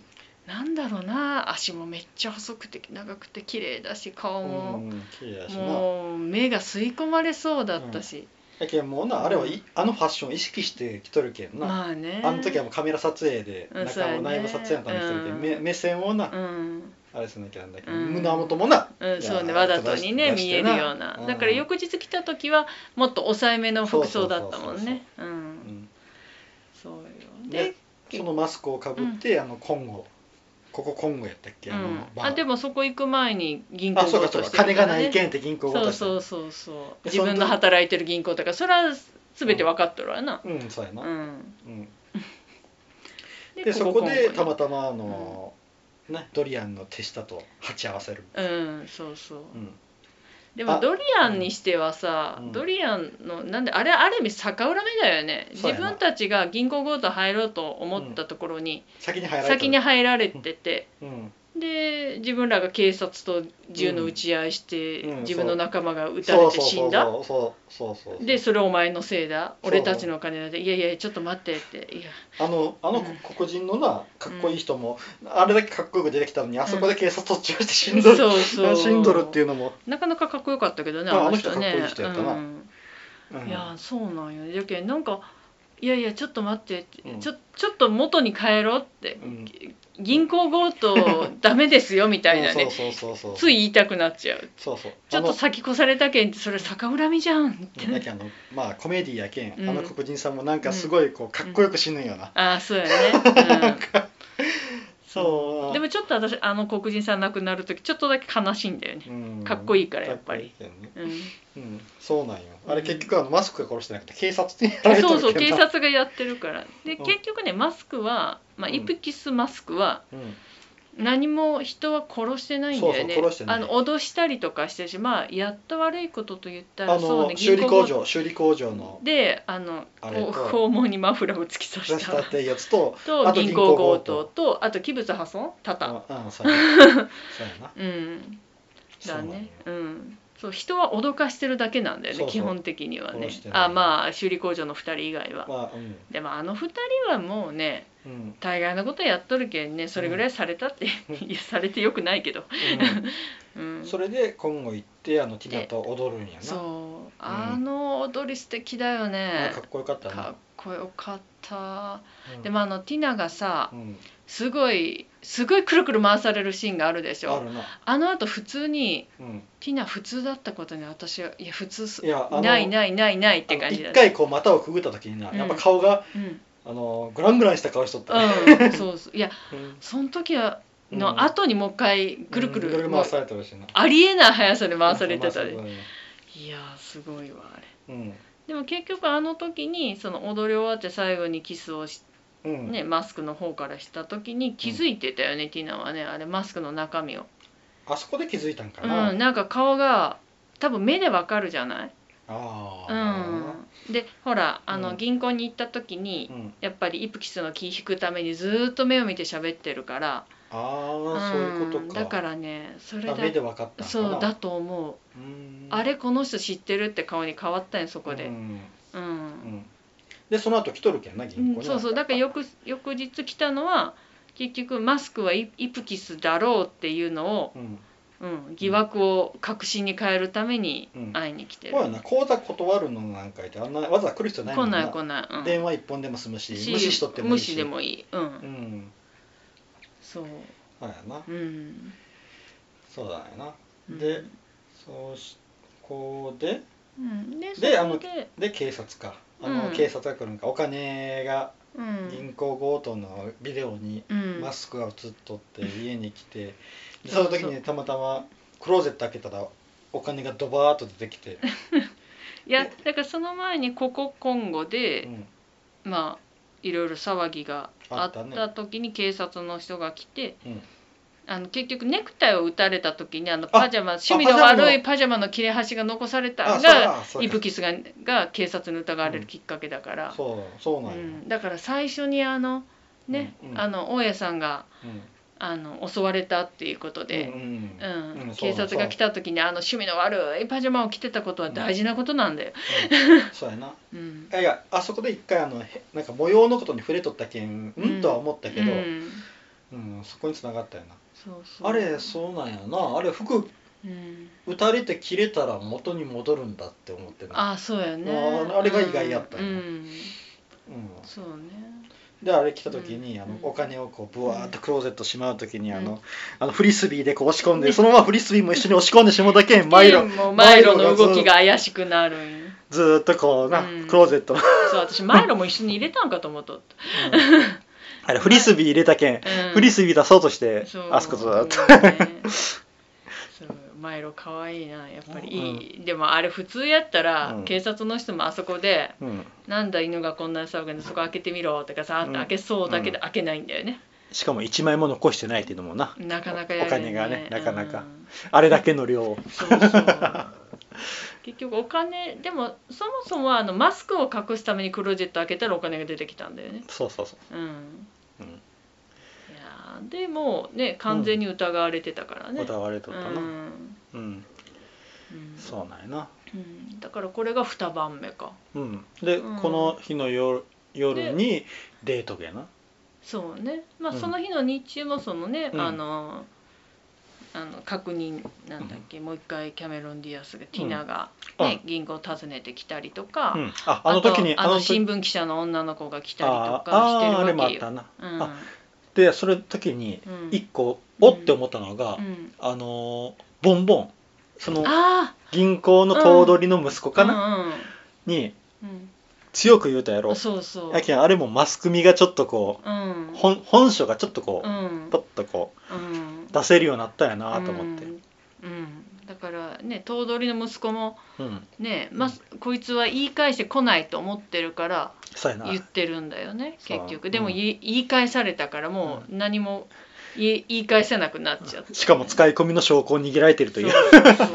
Speaker 2: なんだろうな足もめっちゃ細くて長くて綺麗だし顔
Speaker 1: う
Speaker 2: も、
Speaker 1: ん綺麗だしな
Speaker 2: もう目が吸い込まれそうだったし、
Speaker 1: やけんもうなあれはいあのファッション意識してきとるけんな、
Speaker 2: まあね
Speaker 1: あの時はもうカメラ撮影で
Speaker 2: うん
Speaker 1: 中
Speaker 2: そうや
Speaker 1: も
Speaker 2: ね
Speaker 1: 内部撮影やったんですけど、
Speaker 2: うん
Speaker 1: 目目線をな、
Speaker 2: うん
Speaker 1: あれすなきゃなんだけど、
Speaker 2: うん
Speaker 1: 胸元もな
Speaker 2: うん、そう
Speaker 1: い
Speaker 2: ね
Speaker 1: やー
Speaker 2: わざとにね
Speaker 1: 出し
Speaker 2: 見
Speaker 1: て
Speaker 2: え
Speaker 1: な
Speaker 2: るような、
Speaker 1: うん
Speaker 2: だから翌日来た時はもっと抑えめの服装だったもんねう
Speaker 1: うんん
Speaker 2: そうよ
Speaker 1: で
Speaker 2: で、
Speaker 1: そのマスクをかぶって、あの今後ここ今後やったっけ、
Speaker 2: う
Speaker 1: あの
Speaker 2: ん、
Speaker 1: バー
Speaker 2: あでもそこ行く前に銀行
Speaker 1: あそうか
Speaker 2: 強
Speaker 1: そ
Speaker 2: 盗
Speaker 1: うか
Speaker 2: してる
Speaker 1: 金が
Speaker 2: ら
Speaker 1: ない
Speaker 2: ね
Speaker 1: けんって銀行強
Speaker 2: そ
Speaker 1: 盗
Speaker 2: う
Speaker 1: した
Speaker 2: そうそうそう
Speaker 1: で
Speaker 2: 自
Speaker 1: そ
Speaker 2: 分
Speaker 1: の
Speaker 2: の
Speaker 1: 時
Speaker 2: 働いてる銀行だからそれは全て分かっとるわな
Speaker 1: うんそうや
Speaker 2: う
Speaker 1: な、うん
Speaker 2: ん
Speaker 1: でそこでたま
Speaker 2: た
Speaker 1: たまあの、ね、ドリアンの手下と鉢合わせる、
Speaker 2: うんそうそう
Speaker 1: うん、
Speaker 2: で
Speaker 1: あ
Speaker 2: もドリアンにしてはさ、
Speaker 1: うん
Speaker 2: ドリアンのなんであれある意味逆恨みだよね
Speaker 1: そう
Speaker 2: 自
Speaker 1: やな
Speaker 2: 分たちが銀行強盗入ろうと思ったところに、
Speaker 1: 先に入られた
Speaker 2: 先に入られてて、
Speaker 1: うん
Speaker 2: で自分らが警察と銃の撃ち合いして、
Speaker 1: うんうん
Speaker 2: 自分の仲間が撃た
Speaker 1: そ
Speaker 2: れ
Speaker 1: う
Speaker 2: て
Speaker 1: そう
Speaker 2: 死
Speaker 1: そ
Speaker 2: ん
Speaker 1: う
Speaker 2: だ
Speaker 1: そうそうそうそう
Speaker 2: でそれお前のせいだ
Speaker 1: そう
Speaker 2: 俺たちのお金だっていやいやちょっと待ってっていや
Speaker 1: あのあの
Speaker 2: うん
Speaker 1: 黒人のなかっこいい人も、あれだけかっこよく出てきたのにあそこで警察突中して死んどる、
Speaker 2: そうそう
Speaker 1: 死んどるっていうのも、
Speaker 2: なかなかかっこよかったけどね
Speaker 1: あ
Speaker 2: あの人ね
Speaker 1: あの人かっこいい人やったな
Speaker 2: うん
Speaker 1: うん
Speaker 2: いやそうなんよねじゃけんなんかいやいやちょっと待ってって、
Speaker 1: うん
Speaker 2: ちょちょっと元に帰ろうって
Speaker 1: うん
Speaker 2: 銀行強盗ダメですよみたいな
Speaker 1: そ
Speaker 2: ね
Speaker 1: うそうそうそう
Speaker 2: つい言いたくなっちゃう
Speaker 1: そうそう
Speaker 2: ちょっと先越されたけんそれ逆恨みじゃんって
Speaker 1: あのなんかあのまあコメディやけん、
Speaker 2: うん
Speaker 1: あの黒人さんもなんかすごいこうかっこよく死ぬんよな、
Speaker 2: ああそうや ね、、
Speaker 1: そううん
Speaker 2: でもちょっと私あの黒人さん亡くなる時ちょっとだけ悲しいんだよね
Speaker 1: うん
Speaker 2: かっこいいからやっぱり
Speaker 1: かっこいいけどね
Speaker 2: うん
Speaker 1: うん、そうなんよ
Speaker 2: うん
Speaker 1: あれ結局あのマスクが殺してなくて警察にやられと
Speaker 2: そう
Speaker 1: る
Speaker 2: そう
Speaker 1: け
Speaker 2: 警
Speaker 1: どな
Speaker 2: 察がやってるからで
Speaker 1: うん
Speaker 2: 結局ねマスクは、まあ、
Speaker 1: うん
Speaker 2: イプキスマスクは
Speaker 1: うん
Speaker 2: 何も人は殺してないんだよね
Speaker 1: そうそう殺してない
Speaker 2: あの脅したりとかしてるしまあやった悪いことと言った
Speaker 1: あ
Speaker 2: らそう
Speaker 1: の、
Speaker 2: ね
Speaker 1: 修理工
Speaker 2: 銀行
Speaker 1: 場修理工場の
Speaker 2: であの
Speaker 1: あれと
Speaker 2: こう肛門にマフラーを突き刺
Speaker 1: 出
Speaker 2: し
Speaker 1: した
Speaker 2: た
Speaker 1: ってやつとあと
Speaker 2: と銀行強盗とあと器物破損多々
Speaker 1: あうんそうやな そうやな
Speaker 2: うん
Speaker 1: そうな
Speaker 2: だ
Speaker 1: んよ
Speaker 2: ねうんそう人は脅かしてるだけなんだよね
Speaker 1: そうそう
Speaker 2: 基本的にはね
Speaker 1: 殺してない
Speaker 2: あまあ修理工場の2人以外は、
Speaker 1: まあうん
Speaker 2: でもあの2人はもうね
Speaker 1: うん、 うん
Speaker 2: 大概のことやっとるけんねそれぐらいされたって、
Speaker 1: うん
Speaker 2: いや されてよくないけど、うん、
Speaker 1: それで今後行ってあのティナと踊るんやな
Speaker 2: そうあの踊り素敵だよ
Speaker 1: まあ
Speaker 2: ね
Speaker 1: かっ、こよかった
Speaker 2: かっ
Speaker 1: な、
Speaker 2: こよかった、
Speaker 1: うん、
Speaker 2: でもあのティナがさ
Speaker 1: うん、
Speaker 2: すごいすごいくるくる回されるシーンがあるでし
Speaker 1: あ
Speaker 2: ょ
Speaker 1: るな、
Speaker 2: あのあと普通に
Speaker 1: うん、
Speaker 2: ティナ普通だったことに私はいや普通す
Speaker 1: いやあの
Speaker 2: ないないないないって感じだ
Speaker 1: あの一
Speaker 2: ね
Speaker 1: 回こう股をくぐった時にな、
Speaker 2: うん
Speaker 1: やっぱ顔が
Speaker 2: うん、
Speaker 1: あのグラングランした顔しとった、
Speaker 2: うん、そうそういや
Speaker 1: うん
Speaker 2: その時は
Speaker 1: うん
Speaker 2: の後にもう一回ぐるぐる,、
Speaker 1: うんぐる
Speaker 2: もう
Speaker 1: 回されてるしな
Speaker 2: ありえない速さで回されてたで、
Speaker 1: うん
Speaker 2: いやーすごいわあれ
Speaker 1: うん
Speaker 2: でも結局あの時にその踊り終わって最後にキスをし、
Speaker 1: うん、
Speaker 2: ねマスクの方からした時に気づいてたよね、ティナはねあれマスクの中身を、
Speaker 1: あそこで気づいたんか
Speaker 2: う
Speaker 1: な、
Speaker 2: ん、なんか顔が多分目でわかるじゃない、
Speaker 1: あ
Speaker 2: う
Speaker 1: あ
Speaker 2: ん、でほらあ
Speaker 1: う
Speaker 2: の
Speaker 1: ん
Speaker 2: 銀行に行った時に、
Speaker 1: うん
Speaker 2: やっぱりイプキスの気引くためにずーっと目を見て喋ってるから、
Speaker 1: ああそういうこと
Speaker 2: ん、
Speaker 1: か
Speaker 2: だからねそれ
Speaker 1: あ目で
Speaker 2: だ
Speaker 1: 分かったんかな
Speaker 2: そうだと思う
Speaker 1: うん
Speaker 2: あれこの人知ってるって顔に変わったんよそこ
Speaker 1: う
Speaker 2: で
Speaker 1: んう
Speaker 2: うん、
Speaker 1: んでその後来とるけんな
Speaker 2: う
Speaker 1: 銀
Speaker 2: ん
Speaker 1: 行に
Speaker 2: そうそうだから翌翌日来たのは結局マスクはイイプキスだろうっていうのを、
Speaker 1: うん
Speaker 2: うん、疑惑を確信に変えるために
Speaker 1: うん
Speaker 2: 会いに来てる、
Speaker 1: こうやな講座断るのなんかいてあんなわざわざ来る人ないも
Speaker 2: 来
Speaker 1: ん
Speaker 2: ない来ない、うん、
Speaker 1: 電話一本でも済むし無視しとってもいいし
Speaker 2: 無視でもいいうん、
Speaker 1: うん
Speaker 2: そう
Speaker 1: そうやな
Speaker 2: うん
Speaker 1: そうだよなでそうしこうで
Speaker 2: うん、で
Speaker 1: で
Speaker 2: そ
Speaker 1: あの
Speaker 2: れで
Speaker 1: で警察かあの、
Speaker 2: うん
Speaker 1: 警察が来るんかお金が
Speaker 2: う
Speaker 1: 銀
Speaker 2: ん
Speaker 1: 行強盗のビデオに
Speaker 2: うん
Speaker 1: マスクが映っとって家に来てでその時にたまたまクローゼット開けたらお金がドバーッと出てきて、
Speaker 2: いやだからその前にここ今後で、
Speaker 1: うん
Speaker 2: まあいろいろ騒ぎがあ
Speaker 1: あったね
Speaker 2: った時に警察の人が来て
Speaker 1: うん、
Speaker 2: あの結局ネクタイを打たれた時にあのパジャマ趣味
Speaker 1: パジ
Speaker 2: の
Speaker 1: ャマの
Speaker 2: 悪いパジャマの切れ端が残され
Speaker 1: あ
Speaker 2: たの
Speaker 1: そう
Speaker 2: が
Speaker 1: だそう
Speaker 2: イ
Speaker 1: だ
Speaker 2: ブキスがが警察に疑われるきっかけだから、
Speaker 1: そうそう
Speaker 2: う
Speaker 1: なんや、
Speaker 2: ん、だから最初にあのね、
Speaker 1: うんうん
Speaker 2: あの大家さんが
Speaker 1: うん
Speaker 2: あの襲われたっていうことで。
Speaker 1: うん
Speaker 2: う
Speaker 1: うん
Speaker 2: ん
Speaker 1: うん
Speaker 2: 警察が来た時にあの趣味の悪いパジャマを着てたことは大事なことなんだよ。
Speaker 1: うんそうやな
Speaker 2: うん
Speaker 1: い、やいやあそこで一回あのへなんか模様のことに触れとったけんうん、
Speaker 2: うん
Speaker 1: とは思ったけど、
Speaker 2: うん
Speaker 1: うんそこに繋がったよな
Speaker 2: そうそう
Speaker 1: あれそうなんやなあれ服
Speaker 2: うん、
Speaker 1: 打たれて切れたら元に戻るんだって思ってな、
Speaker 2: ああそうやね
Speaker 1: あーあれが意外やった
Speaker 2: う
Speaker 1: よ
Speaker 2: ん、
Speaker 1: ね
Speaker 2: うん
Speaker 1: うん、
Speaker 2: そうね
Speaker 1: であれ来た時に、
Speaker 2: うん
Speaker 1: あの
Speaker 2: うん
Speaker 1: お金をこうブワーッとクローゼットしまう時に、あ
Speaker 2: う
Speaker 1: のあのフリスビーでこう押し込んで、
Speaker 2: ね
Speaker 1: そのままフリスビーも一緒に押し込んでしもうたけんマイロ
Speaker 2: 剣もマイロの動き
Speaker 1: マ
Speaker 2: が怪しくなるんよ
Speaker 1: ずーっとこうな、
Speaker 2: うん
Speaker 1: クローゼット の、
Speaker 2: そう私マイロも一緒に入れたんかと思っとっ
Speaker 1: あれフリスビー入れたけん、
Speaker 2: た、うん
Speaker 1: フリスビー出そうとして
Speaker 2: そう
Speaker 1: あそこずーっと、
Speaker 2: ねそうマイロ可愛いなやっぱりいい、でもあれ普通やったら、
Speaker 1: うん
Speaker 2: 警察の人もあそこで
Speaker 1: うん、
Speaker 2: 「なんだ犬がこんなに騒ぐんでそこ開けてみろ」とかさ、
Speaker 1: うん
Speaker 2: 開けそうだけど開けないんだよね、
Speaker 1: しかも1枚も残してないっていうのもな
Speaker 2: なかなかやるよ
Speaker 1: お金がねなかなか
Speaker 2: うん
Speaker 1: あれだけの量を
Speaker 2: そうそう結局お金でもそもそもあのマスクを隠すためにクローゼット開けたらお金が出てきたんだよね
Speaker 1: そうそうそ
Speaker 2: うん
Speaker 1: う、うん
Speaker 2: いやーでもうね完全に疑われてたからね、うん、
Speaker 1: 疑われとったなうん、
Speaker 2: ん
Speaker 1: そうなんやな
Speaker 2: うんだからこれが2番目か
Speaker 1: うんで、
Speaker 2: うん
Speaker 1: この日の夜夜にデートやな
Speaker 2: そうねまあ
Speaker 1: うん
Speaker 2: その日の日中もそのね、
Speaker 1: うん
Speaker 2: あのあの確認なんだっけ、もう一回キャメロン・ディアスが、ティナが、ね、銀行を訪ねてきたりとか、
Speaker 1: うん、ああの時に
Speaker 2: あとあの
Speaker 1: 時
Speaker 2: 新聞記者の女の子が来たりと
Speaker 1: あー
Speaker 2: かして
Speaker 1: あーあれ
Speaker 2: る
Speaker 1: もあ
Speaker 2: わけ
Speaker 1: っ
Speaker 2: よ
Speaker 1: たな
Speaker 2: うん
Speaker 1: あでそれ時に
Speaker 2: うん
Speaker 1: 一個おって思ったのが、
Speaker 2: うん
Speaker 1: あのーボンボンその
Speaker 2: あ
Speaker 1: 銀行の頭取の息子
Speaker 2: あ
Speaker 1: かな、
Speaker 2: うん
Speaker 1: に
Speaker 2: うん
Speaker 1: 強く言うたや
Speaker 2: う
Speaker 1: ろ
Speaker 2: ん、そうそう
Speaker 1: やけんあれもマスクみがちょっとこ
Speaker 2: うん
Speaker 1: う本本性がちょっとこ
Speaker 2: う
Speaker 1: う、
Speaker 2: ん
Speaker 1: ポッとこ
Speaker 2: うん
Speaker 1: う出せるようになったやなと思って
Speaker 2: うん、うんだからね頭取の息子も
Speaker 1: うん、
Speaker 2: ねまこいつは言い返してこないと思ってるから
Speaker 1: そうやな
Speaker 2: 言ってるんだよね
Speaker 1: そう
Speaker 2: 結局でも
Speaker 1: うん
Speaker 2: 言い言い返されたからもう何も言い言い返せなくなっちゃって
Speaker 1: しかも使い込みの証拠を握られてるという
Speaker 2: そうそう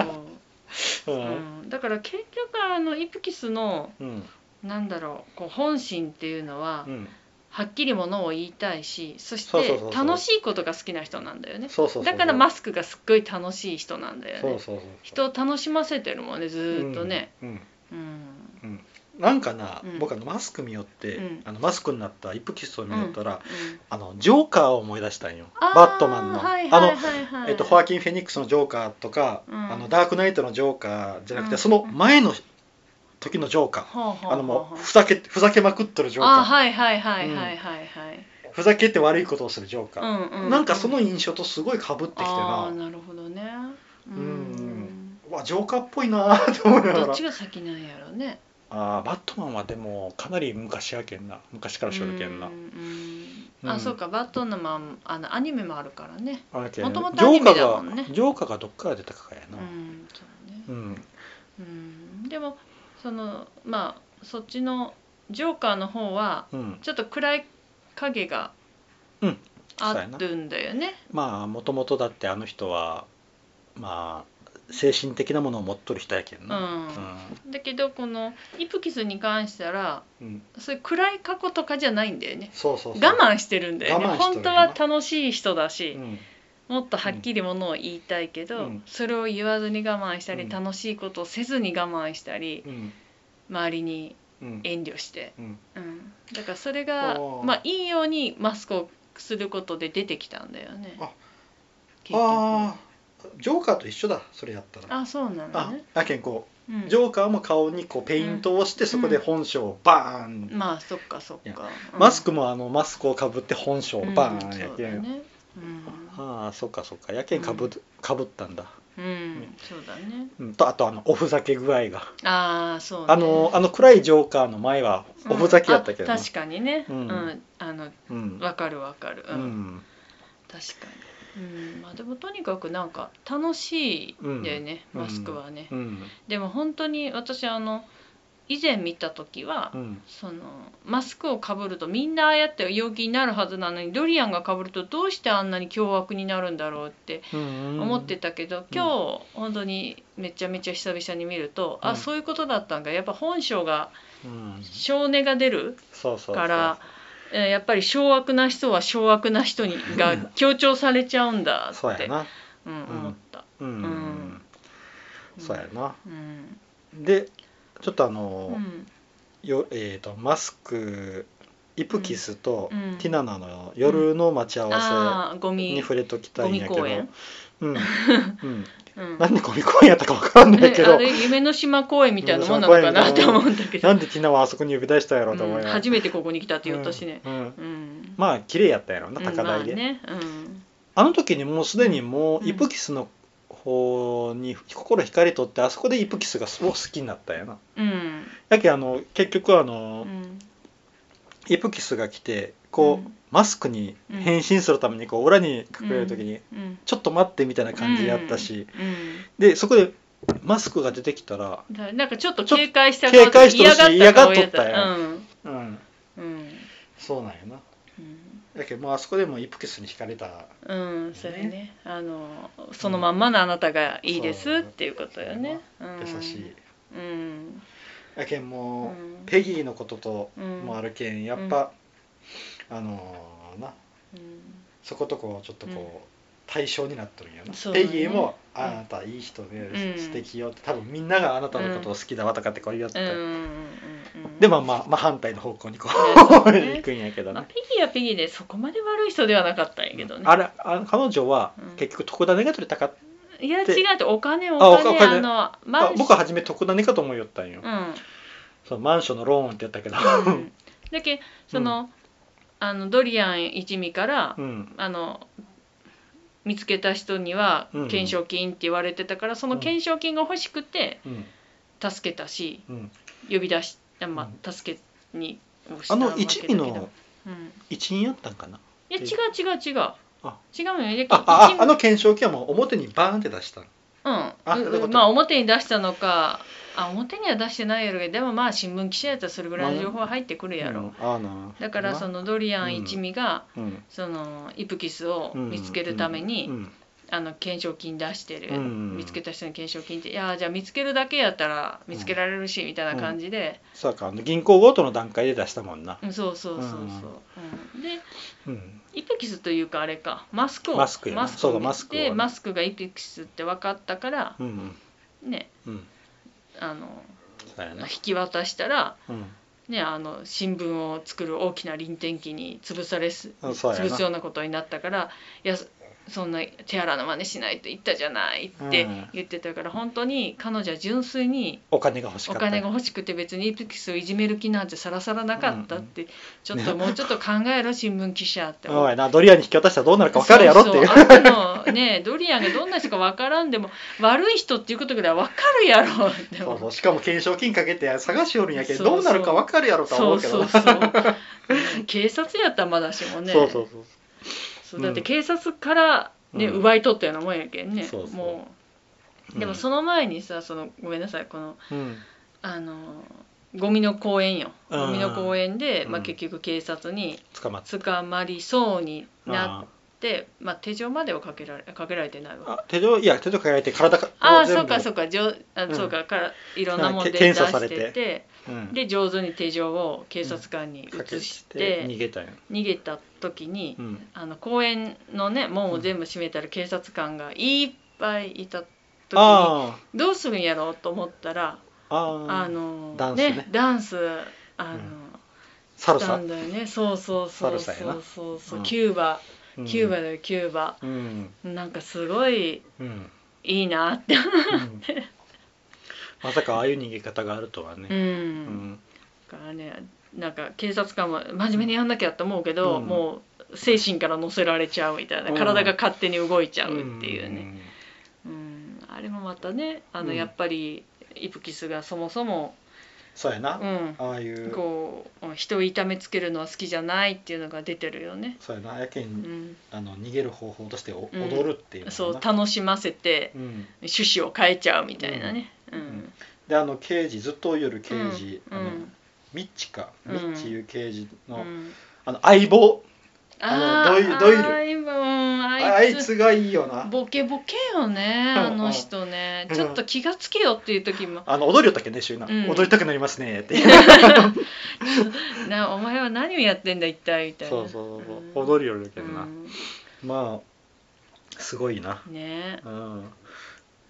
Speaker 2: そう
Speaker 1: う
Speaker 2: うんんだから結局あのイプキスの
Speaker 1: うん
Speaker 2: なんだろうこう本心っていうのは、
Speaker 1: うん
Speaker 2: はっきりものを言いたいしそし
Speaker 1: そうそう
Speaker 2: て
Speaker 1: そうそう
Speaker 2: 楽しいことが好きな人なんだよね
Speaker 1: そうそうそう
Speaker 2: だからマスクがすっごい楽しい人なんだよね
Speaker 1: そうそうそう
Speaker 2: 人を楽しませてるもんねずーっとね、
Speaker 1: うんうん
Speaker 2: うん
Speaker 1: なんかな、
Speaker 2: うん
Speaker 1: 僕あのマスク見よって、
Speaker 2: うん
Speaker 1: あのマスクになったイプキスを見よったら、
Speaker 2: うん
Speaker 1: あのジョーカーを思い出したんよ
Speaker 2: あー
Speaker 1: バットマンの、
Speaker 2: はい
Speaker 1: あ
Speaker 2: は
Speaker 1: の、
Speaker 2: いはいはい
Speaker 1: えっと、ホアキン・フェニックスのジョーカーとか、
Speaker 2: うん
Speaker 1: あのダークナイトのジョーカーじゃなくて、
Speaker 2: うん
Speaker 1: その前の時のジョーカー、
Speaker 2: ほうほうほうほう
Speaker 1: あのもうふざけふざけまくっとるジョーカー
Speaker 2: あはいはいはいはいはいはい、
Speaker 1: ふざけて悪いことをするジョーカ
Speaker 2: う
Speaker 1: ー、
Speaker 2: んうん
Speaker 1: なんかその印象とすごいかぶってきて
Speaker 2: あ
Speaker 1: な
Speaker 2: あーなるほどねうん、
Speaker 1: うんうわジョーカーっぽいなと思いなが
Speaker 2: ど
Speaker 1: ら
Speaker 2: っちが先なんやろうね
Speaker 1: あーバットマンはでもかなり昔やけんな昔からしょるけんな、
Speaker 2: うんうん
Speaker 1: う
Speaker 2: あ
Speaker 1: ん
Speaker 2: そうかバットマンあのアニメもあるからね
Speaker 1: あれけん
Speaker 2: 元々
Speaker 1: ジョーカ
Speaker 2: アニメだも
Speaker 1: ー
Speaker 2: ん
Speaker 1: が、
Speaker 2: ね
Speaker 1: ジョーカーがどっから出たかや
Speaker 2: う
Speaker 1: な、
Speaker 2: んそうね
Speaker 1: うん
Speaker 2: うんでもそのまあそっちのジョーカーの方は
Speaker 1: うん、
Speaker 2: ちょっと暗い影が
Speaker 1: うん
Speaker 2: あるんだよね、
Speaker 1: まあもともとだってあの人はまあ精神的なものを持っとる人やけん
Speaker 2: う
Speaker 1: な、
Speaker 2: んだけどこのイプキスに関しては
Speaker 1: うんうん
Speaker 2: そういう暗い過去とかじゃないんだよね
Speaker 1: そうそうそう
Speaker 2: 我慢してるんだよね
Speaker 1: 我慢してるよ
Speaker 2: 本
Speaker 1: な
Speaker 2: 当は楽しい人だし、
Speaker 1: うん
Speaker 2: もっとはっきりものを言いたいけど、
Speaker 1: うん
Speaker 2: それを言わずに我慢したり、
Speaker 1: うん
Speaker 2: 楽しいことをせずに我慢したり
Speaker 1: うん
Speaker 2: 周りに
Speaker 1: うん
Speaker 2: 遠慮して、
Speaker 1: うん
Speaker 2: うん、だからそれが
Speaker 1: おー
Speaker 2: まあいいようにマスクをすることで出てきたんだよね
Speaker 1: あ
Speaker 2: 結局
Speaker 1: ああジョーカーと一緒だそれやったら
Speaker 2: あそうなんだ
Speaker 1: あ
Speaker 2: ね、
Speaker 1: やけんこ
Speaker 2: う
Speaker 1: うんジョーカーも顔にこうペイントをしてそこで本性をバーン、
Speaker 2: まあそっかそっ
Speaker 1: いや
Speaker 2: か、うん
Speaker 1: マスクもあのマスクをかぶって本性をバーンや
Speaker 2: うんそう
Speaker 1: けん、
Speaker 2: だねうん
Speaker 1: ああそっかそっかやけんかぶ,、
Speaker 2: うん
Speaker 1: かぶったんだ
Speaker 2: うんそうだね
Speaker 1: うん、とあとあのおふざけ具合が、
Speaker 2: ああそうね
Speaker 1: あのあの暗いジョーカーの前はおふざけやったけど
Speaker 2: うんあ
Speaker 1: な
Speaker 2: 確かにね
Speaker 1: う
Speaker 2: うんんあの
Speaker 1: うん
Speaker 2: わかるわかる
Speaker 1: う
Speaker 2: うん
Speaker 1: ん
Speaker 2: 確かにうんまあでもとにかくなんか楽しいんだよね
Speaker 1: うん
Speaker 2: マスクはね
Speaker 1: うん
Speaker 2: でも本当に私あの以前見た時は
Speaker 1: うん
Speaker 2: そのマスクをかぶるとみんなああやって陽気になるはずなのにドリアンがかぶるとどうしてあんなに凶悪になるんだろうって
Speaker 1: うん
Speaker 2: 思ってたけど、今日本当にめちゃめちゃ久々に見ると、
Speaker 1: うん
Speaker 2: あそういうことだったんかやっぱ本性が
Speaker 1: うん
Speaker 2: 性根が出る
Speaker 1: そうそうそう
Speaker 2: からえーやっぱり掌悪な人は掌悪な人にが強調されちゃうんだ
Speaker 1: そう
Speaker 2: っ
Speaker 1: や
Speaker 2: て、
Speaker 1: な
Speaker 2: うん、思った。
Speaker 1: うん、
Speaker 2: ん
Speaker 1: そうやな
Speaker 2: うん
Speaker 1: でちょっとあ
Speaker 2: う
Speaker 1: の、
Speaker 2: ん
Speaker 1: よえー、とマスクイプキスと、
Speaker 2: うん
Speaker 1: ティナナの夜の待ち合わ
Speaker 2: ああゴ
Speaker 1: せに
Speaker 2: ミ
Speaker 1: 触れときたいんやけど、う
Speaker 2: ゴミ
Speaker 1: んうん、
Speaker 2: うん
Speaker 1: なんでゴミ公園やったか分からんないけ
Speaker 2: えあ
Speaker 1: ど
Speaker 2: れ夢の島公園みたいなもんなのかなって思うんだけど、
Speaker 1: なんでティナはあそこに呼び出したんやろうと思
Speaker 2: う
Speaker 1: い
Speaker 2: ん
Speaker 1: ながら
Speaker 2: 初めてここに来たって言ったしね、
Speaker 1: うんうん
Speaker 2: うん
Speaker 1: まあ綺麗やったやろ
Speaker 2: う
Speaker 1: なん高台で、
Speaker 2: まあ
Speaker 1: あ
Speaker 2: ね
Speaker 1: の時にもうすでにも
Speaker 2: う
Speaker 1: うんイプキスの方に心惹かれとってあそこでイプキスがすごく好きになったんやな
Speaker 2: うんうん
Speaker 1: やけあの結局あの、
Speaker 2: うん
Speaker 1: イプキスが来てこう、
Speaker 2: うん
Speaker 1: マスクに変身するためにこう裏に隠れる時に、
Speaker 2: うん
Speaker 1: ちょっと待ってみたいな感じやったし、
Speaker 2: う
Speaker 1: でそこでマスクが出てきたら、
Speaker 2: んだなんかちょっと
Speaker 1: ちょ
Speaker 2: 警戒した
Speaker 1: 警戒しとるし
Speaker 2: た
Speaker 1: 嫌がっ
Speaker 2: うん
Speaker 1: うん、
Speaker 2: うん
Speaker 1: そうなんやなやけどもうあそこでもうイプキスに惹かれた
Speaker 2: うん、うん、それねあのそのまんまのあなたがいいですっていうことよね、うん、
Speaker 1: 優しい、
Speaker 2: うん
Speaker 1: やけん
Speaker 2: う
Speaker 1: もう、
Speaker 2: ん
Speaker 1: ペギーのことと
Speaker 2: うん
Speaker 1: もあるけんやっぱ、あのーな
Speaker 2: う
Speaker 1: そことこうちょっとこう、
Speaker 2: うん
Speaker 1: 対象になっとるんやな、
Speaker 2: そうだ
Speaker 1: ペ
Speaker 2: ね
Speaker 1: ギーも「
Speaker 2: うん
Speaker 1: あなたいい人で、
Speaker 2: うん
Speaker 1: 素敵よ」って多分みんながあなたのことを好きだわとかってこう言おって、
Speaker 2: んうんうんうん
Speaker 1: でまあまあ、まあ、反対の方向にこ
Speaker 2: そう
Speaker 1: う、
Speaker 2: だね
Speaker 1: 行くんやけど
Speaker 2: まあ、
Speaker 1: ね。
Speaker 2: ピギーはピギーでそこまで悪い人ではなかったんやけどね。
Speaker 1: あれあ彼女は
Speaker 2: うん
Speaker 1: 結局特ダネが取れたかっ
Speaker 2: いや違う
Speaker 1: で
Speaker 2: ってお金お
Speaker 1: お
Speaker 2: 金あ
Speaker 1: 金
Speaker 2: のマ
Speaker 1: た
Speaker 2: ンシ
Speaker 1: 僕は初め特ダネかと思いよったんよ、そのマンションのローンって言ったけど
Speaker 2: うんうん、だけその,、あのドリアン一味から、
Speaker 1: うん
Speaker 2: あの見つけた人には
Speaker 1: うん
Speaker 2: 懸賞金って言われてたから、その懸賞金が欲しくて
Speaker 1: うん
Speaker 2: 助けたし
Speaker 1: うん
Speaker 2: 呼び出し、あまあ、助けにをした
Speaker 1: あ
Speaker 2: わ
Speaker 1: の
Speaker 2: けだけど
Speaker 1: 一味の
Speaker 2: うん、
Speaker 1: 一員やったんかない
Speaker 2: や違う違う違う
Speaker 1: あ
Speaker 2: 違うのよ
Speaker 1: あああの懸賞金はもう表にバーンって出したん
Speaker 2: うん
Speaker 1: あ
Speaker 2: う
Speaker 1: そういうこと
Speaker 2: まあ表に出したのかあ表には出してないやろうけどでもまあ新聞記者やったらそれぐらいの情報は入ってくるやろ、
Speaker 1: うんああな
Speaker 2: だからそのドリア
Speaker 1: うん
Speaker 2: ン一味が、
Speaker 1: うん
Speaker 2: そのイプキスを見つけるために、
Speaker 1: うんうん
Speaker 2: あの懸賞金出してる、
Speaker 1: うん
Speaker 2: 見つけた人に懸賞金っていやーじゃあ見つけるだけやったら見つけられるし、みたいな感じで、
Speaker 1: そうかあの銀行強盗の段階で出したもんな、
Speaker 2: うんそうそうそうそう、うんで
Speaker 1: うん、
Speaker 2: イプキスというかあれかマスクを
Speaker 1: マスクやなそうだマ
Speaker 2: マ
Speaker 1: ス
Speaker 2: ス
Speaker 1: ク
Speaker 2: ク
Speaker 1: を
Speaker 2: でマスクがイプキスって分かったから
Speaker 1: うんうん
Speaker 2: ね
Speaker 1: うん
Speaker 2: あの
Speaker 1: そうやな
Speaker 2: 引き渡したら
Speaker 1: うん
Speaker 2: ね、あの新聞を作る大きな臨転機に潰されす
Speaker 1: あそうやな
Speaker 2: 潰すようなことになったからいやそそんな手荒な真似しないと言ったじゃないって
Speaker 1: うん
Speaker 2: 言ってたから、本当に彼女は純粋に
Speaker 1: お金が欲しか
Speaker 2: お
Speaker 1: った
Speaker 2: 金が欲しくて別にイプキスをいじめる気なんてさらさらなかったって、ちょっともうちょっと考えろ新聞記者って
Speaker 1: おいなドリアンに引き渡したらどうなるか分かるやろっていう
Speaker 2: そうそうあんたのねドリアンがどんな人か分からん でも悪い人っていうことぐらい分かるやろって
Speaker 1: そうそうしかも懸賞金かけて探しおるんやけどど
Speaker 2: そうそう
Speaker 1: うなるか分かるやろとは思
Speaker 2: そうう
Speaker 1: けど
Speaker 2: そう
Speaker 1: な
Speaker 2: そう、 うん警察やったらまだしもね
Speaker 1: そうそうそう
Speaker 2: そうだって警察から、ね
Speaker 1: うん
Speaker 2: 奪い取ったようなもんやけんね
Speaker 1: そうそう
Speaker 2: も
Speaker 1: う
Speaker 2: うんでもその前にさそのごめんなさいこの
Speaker 1: うん
Speaker 2: あのゴミの公園よ
Speaker 1: うん
Speaker 2: ゴミの公園で、ま
Speaker 1: う
Speaker 2: あ、
Speaker 1: ん
Speaker 2: 結局警察に
Speaker 1: 捕まって
Speaker 2: 捕まりそうにな
Speaker 1: あ
Speaker 2: ってまあ、手錠まではかけられかけられてない
Speaker 1: ー
Speaker 2: わ。
Speaker 1: あ手錠いや手錠かけられて体か
Speaker 2: あ
Speaker 1: も
Speaker 2: あ
Speaker 1: 全部
Speaker 2: そうかそうかじょうあ
Speaker 1: うん
Speaker 2: そうかからいろんなもんで
Speaker 1: け
Speaker 2: 出
Speaker 1: 検査
Speaker 2: し
Speaker 1: されて
Speaker 2: てて
Speaker 1: うん
Speaker 2: で上手に手錠を警察官に
Speaker 1: かけ
Speaker 2: 移してて
Speaker 1: 逃げたんや
Speaker 2: 逃げた時に、
Speaker 1: うん
Speaker 2: あの公園のね門を全部閉めたら警察官がいっぱいいた時に
Speaker 1: あ
Speaker 2: どうするんやろうと思ったら、
Speaker 1: あああ
Speaker 2: あの
Speaker 1: ダンスね
Speaker 2: ダンスあの、
Speaker 1: サル
Speaker 2: した
Speaker 1: サ
Speaker 2: んだよねそうそうそう
Speaker 1: サ
Speaker 2: そ
Speaker 1: ルサやな
Speaker 2: うそうそう、
Speaker 1: うん
Speaker 2: キューバ
Speaker 1: うん
Speaker 2: キューバだよキューバ、
Speaker 1: うん
Speaker 2: なんかすごい
Speaker 1: うん
Speaker 2: いいなって、
Speaker 1: うんまさかああいう逃げ方があるとは
Speaker 2: う、
Speaker 1: ね。うんん
Speaker 2: だからねなんか警察官も真面目にやんなきゃと思うけど、
Speaker 1: うん
Speaker 2: もう精神から乗せられちゃうみたいな
Speaker 1: うん
Speaker 2: 体が勝手に動いちゃうっていうね、うん、あれもまたねあの、
Speaker 1: うん
Speaker 2: やっぱりイプキスがそもそも、
Speaker 1: そうやな、
Speaker 2: うん、
Speaker 1: ああいう
Speaker 2: こううん人を痛めつけるのは好きじゃないっていうのが出てるよね。
Speaker 1: そうやなやけに、
Speaker 2: うん、
Speaker 1: あの逃げる方法としてお、
Speaker 2: うん
Speaker 1: 踊るっていうのかな
Speaker 2: そう楽しませて
Speaker 1: うん、
Speaker 2: 趣旨を変えちゃうみたいなね。うん
Speaker 1: んであの刑事ずっと追いよる刑事、
Speaker 2: うん
Speaker 1: あの
Speaker 2: うん
Speaker 1: ミッチか、
Speaker 2: うん
Speaker 1: ミッチいう刑事の,、
Speaker 2: うん
Speaker 1: あの相棒あ
Speaker 2: あ
Speaker 1: のドイ
Speaker 2: ー
Speaker 1: ドイル
Speaker 2: あーうん
Speaker 1: あ
Speaker 2: あ
Speaker 1: あい
Speaker 2: いつ
Speaker 1: つがいいよな
Speaker 2: ボケボケよね
Speaker 1: うん
Speaker 2: あの人ね
Speaker 1: うん
Speaker 2: ちょっと気がつけよっていう時も
Speaker 1: あの踊りよったっけね週な、
Speaker 2: うん
Speaker 1: 踊りたくなりますねって
Speaker 2: 「なお前は何をやってんだ一体」みたいな
Speaker 1: そうそうそう、
Speaker 2: ん
Speaker 1: 踊りよるけどな、
Speaker 2: うん
Speaker 1: まあすごいな
Speaker 2: ね
Speaker 1: うん
Speaker 2: う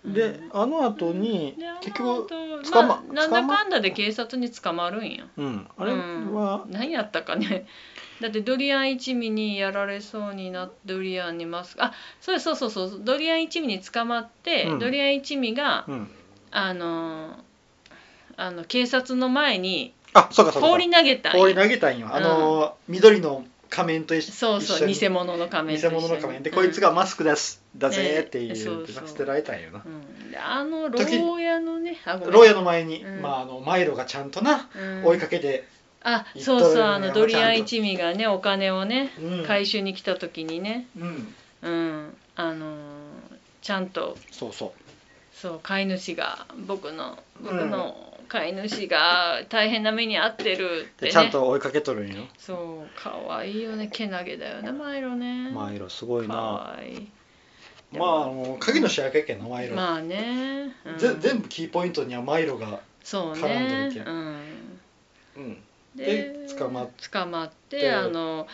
Speaker 2: ん
Speaker 1: であの後に
Speaker 2: であの
Speaker 1: 結局
Speaker 2: 後
Speaker 1: 捕ま
Speaker 2: まあ、なんだ
Speaker 1: 捕ま
Speaker 2: かんだで警察に捕まるんや
Speaker 1: うんあれ
Speaker 2: う
Speaker 1: は
Speaker 2: ん、何やったかね だってドリアン一味にやられそうになドリアンにマスクあそうそうそうそうドリアン一味に捕まって、
Speaker 1: うん
Speaker 2: ドリアン一味が、
Speaker 1: うん、
Speaker 2: あのーあの警察の前に
Speaker 1: あそうかそうか
Speaker 2: 放り投げたんや
Speaker 1: 放り投げたんよ、あの緑の仮面と一緒
Speaker 2: そうそう
Speaker 1: 一緒に
Speaker 2: 偽物の仮面と
Speaker 1: 偽
Speaker 2: 一緒に
Speaker 1: 物の仮面で、
Speaker 2: うん
Speaker 1: こいつがマスクだすだ
Speaker 2: ね
Speaker 1: ぜっていう
Speaker 2: そう
Speaker 1: てな
Speaker 2: そう
Speaker 1: 捨てられたんよな
Speaker 2: う、んであの牢屋のねあごめん
Speaker 1: 牢屋の前に、
Speaker 2: うん
Speaker 1: まあ、あのマイロがちゃんとな、
Speaker 2: うん
Speaker 1: 追いかけて、
Speaker 2: あ
Speaker 1: 行っ
Speaker 2: そう
Speaker 1: とる
Speaker 2: そ
Speaker 1: よ
Speaker 2: う
Speaker 1: ね
Speaker 2: あのドリアン一味がねお金をね
Speaker 1: うん
Speaker 2: 回収に来た時にね
Speaker 1: うん、
Speaker 2: うんあのーちゃんと
Speaker 1: そうそう
Speaker 2: そう飼い主が僕の
Speaker 1: うん
Speaker 2: 僕の飼い主が大変な目に遭ってるって
Speaker 1: で
Speaker 2: ね
Speaker 1: ちゃんと追いかけとるんよ、
Speaker 2: そう可愛いよねけなげだよねマイロね
Speaker 1: マイロすごいな
Speaker 2: 可愛い
Speaker 1: ま
Speaker 2: でも
Speaker 1: ああの鍵の主役やけんなマイロ、
Speaker 2: まあね、うん
Speaker 1: ぜ全部キーポイントにはマイロが、
Speaker 2: そう
Speaker 1: 絡んで
Speaker 2: ね
Speaker 1: るけん
Speaker 2: うん
Speaker 1: うん、
Speaker 2: で
Speaker 1: で捕まっ
Speaker 2: 捕まって
Speaker 1: で
Speaker 2: あの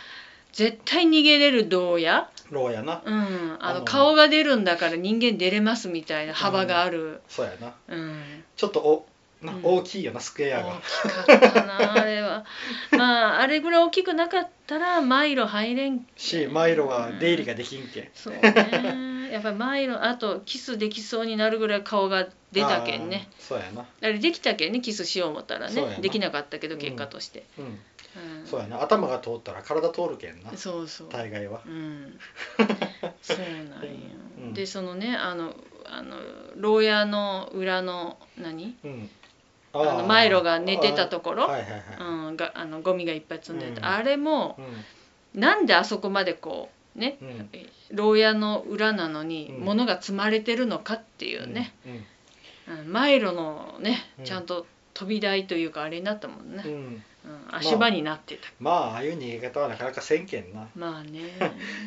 Speaker 2: 絶対逃げれる牢屋、
Speaker 1: 牢屋な
Speaker 2: うん、あ
Speaker 1: あ
Speaker 2: の
Speaker 1: の
Speaker 2: 顔が出るんだから人間出れますみたいな幅がある、
Speaker 1: そうやな
Speaker 2: うん、
Speaker 1: ちょっとおな、
Speaker 2: うん
Speaker 1: 大きいよなスクエア
Speaker 2: 大
Speaker 1: が
Speaker 2: きかったなあれはまああれぐらい大きくなかったらマイロ入れん
Speaker 1: しマイロは出入りができんけん、
Speaker 2: そうねやっぱりマイロあとキスできそうになるぐらい顔が出たけんね
Speaker 1: あーそうやな
Speaker 2: あれできたけんねキスしよう思ったら
Speaker 1: そうや
Speaker 2: ね
Speaker 1: な
Speaker 2: できなかったけど結果として、
Speaker 1: うん
Speaker 2: うん
Speaker 1: そうやな頭が通ったら体通るけんな
Speaker 2: そうそう
Speaker 1: 大概は
Speaker 2: うんそうなんや、
Speaker 1: うん
Speaker 2: でそのねあのあの牢屋の裏の何
Speaker 1: うん
Speaker 2: あのマイロが寝てたとこ
Speaker 1: こ
Speaker 2: ろ、
Speaker 1: はいはいはい、
Speaker 2: うん、があのゴミがいっぱい積んでた、
Speaker 1: うん
Speaker 2: あれも
Speaker 1: う
Speaker 2: なんであそこまでこうね
Speaker 1: んうん
Speaker 2: 牢屋の裏なのに
Speaker 1: うん
Speaker 2: 物が積まれてるのかっていうね、
Speaker 1: うん
Speaker 2: うん、マイロのね
Speaker 1: うん
Speaker 2: ちゃんと飛び台というかあれになったもんね
Speaker 1: う、ん
Speaker 2: うん、足場になってた、
Speaker 1: まあああいう逃げ方はなかなかせんけんな
Speaker 2: ま あね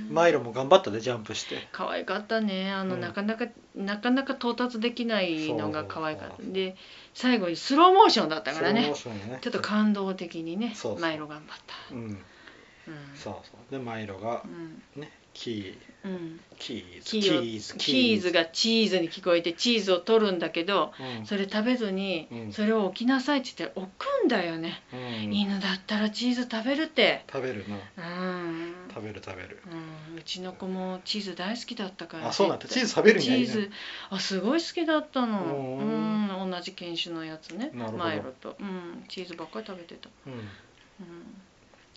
Speaker 1: マイロも頑張ったでジャンプして
Speaker 2: 可愛かったねあの、
Speaker 1: うん
Speaker 2: なかなかなかなか到達できないのが可愛かっ
Speaker 1: そう
Speaker 2: たで最後にスローモーションだったからね
Speaker 1: スローモーションやね
Speaker 2: ちょっと感動的にね
Speaker 1: そうそう
Speaker 2: マイロ頑張った、
Speaker 1: うん
Speaker 2: うん
Speaker 1: そうそうでマイロが
Speaker 2: うん
Speaker 1: ねキ
Speaker 2: うん、
Speaker 1: ーキーズ
Speaker 2: キーをキーズがチーズに聞こえてチーズを取るんだけど
Speaker 1: うん
Speaker 2: それ食べずに
Speaker 1: うん
Speaker 2: それを置きなさいって言って置くんだよね、
Speaker 1: うん
Speaker 2: 犬だったらチーズ食べるって
Speaker 1: 食べるな
Speaker 2: うん、
Speaker 1: 食べる食べる
Speaker 2: うん、うちの子もチーズ大好きだったから
Speaker 1: あそうなんだ
Speaker 2: 絶対
Speaker 1: チーズ食べるん
Speaker 2: チ
Speaker 1: や
Speaker 2: ーズあすごい好きだったの
Speaker 1: お
Speaker 2: う
Speaker 1: ー
Speaker 2: ん同じ犬種のやつね
Speaker 1: なるほど
Speaker 2: マイロと、うん、チーズばっかり食べてた、
Speaker 1: うん
Speaker 2: うん、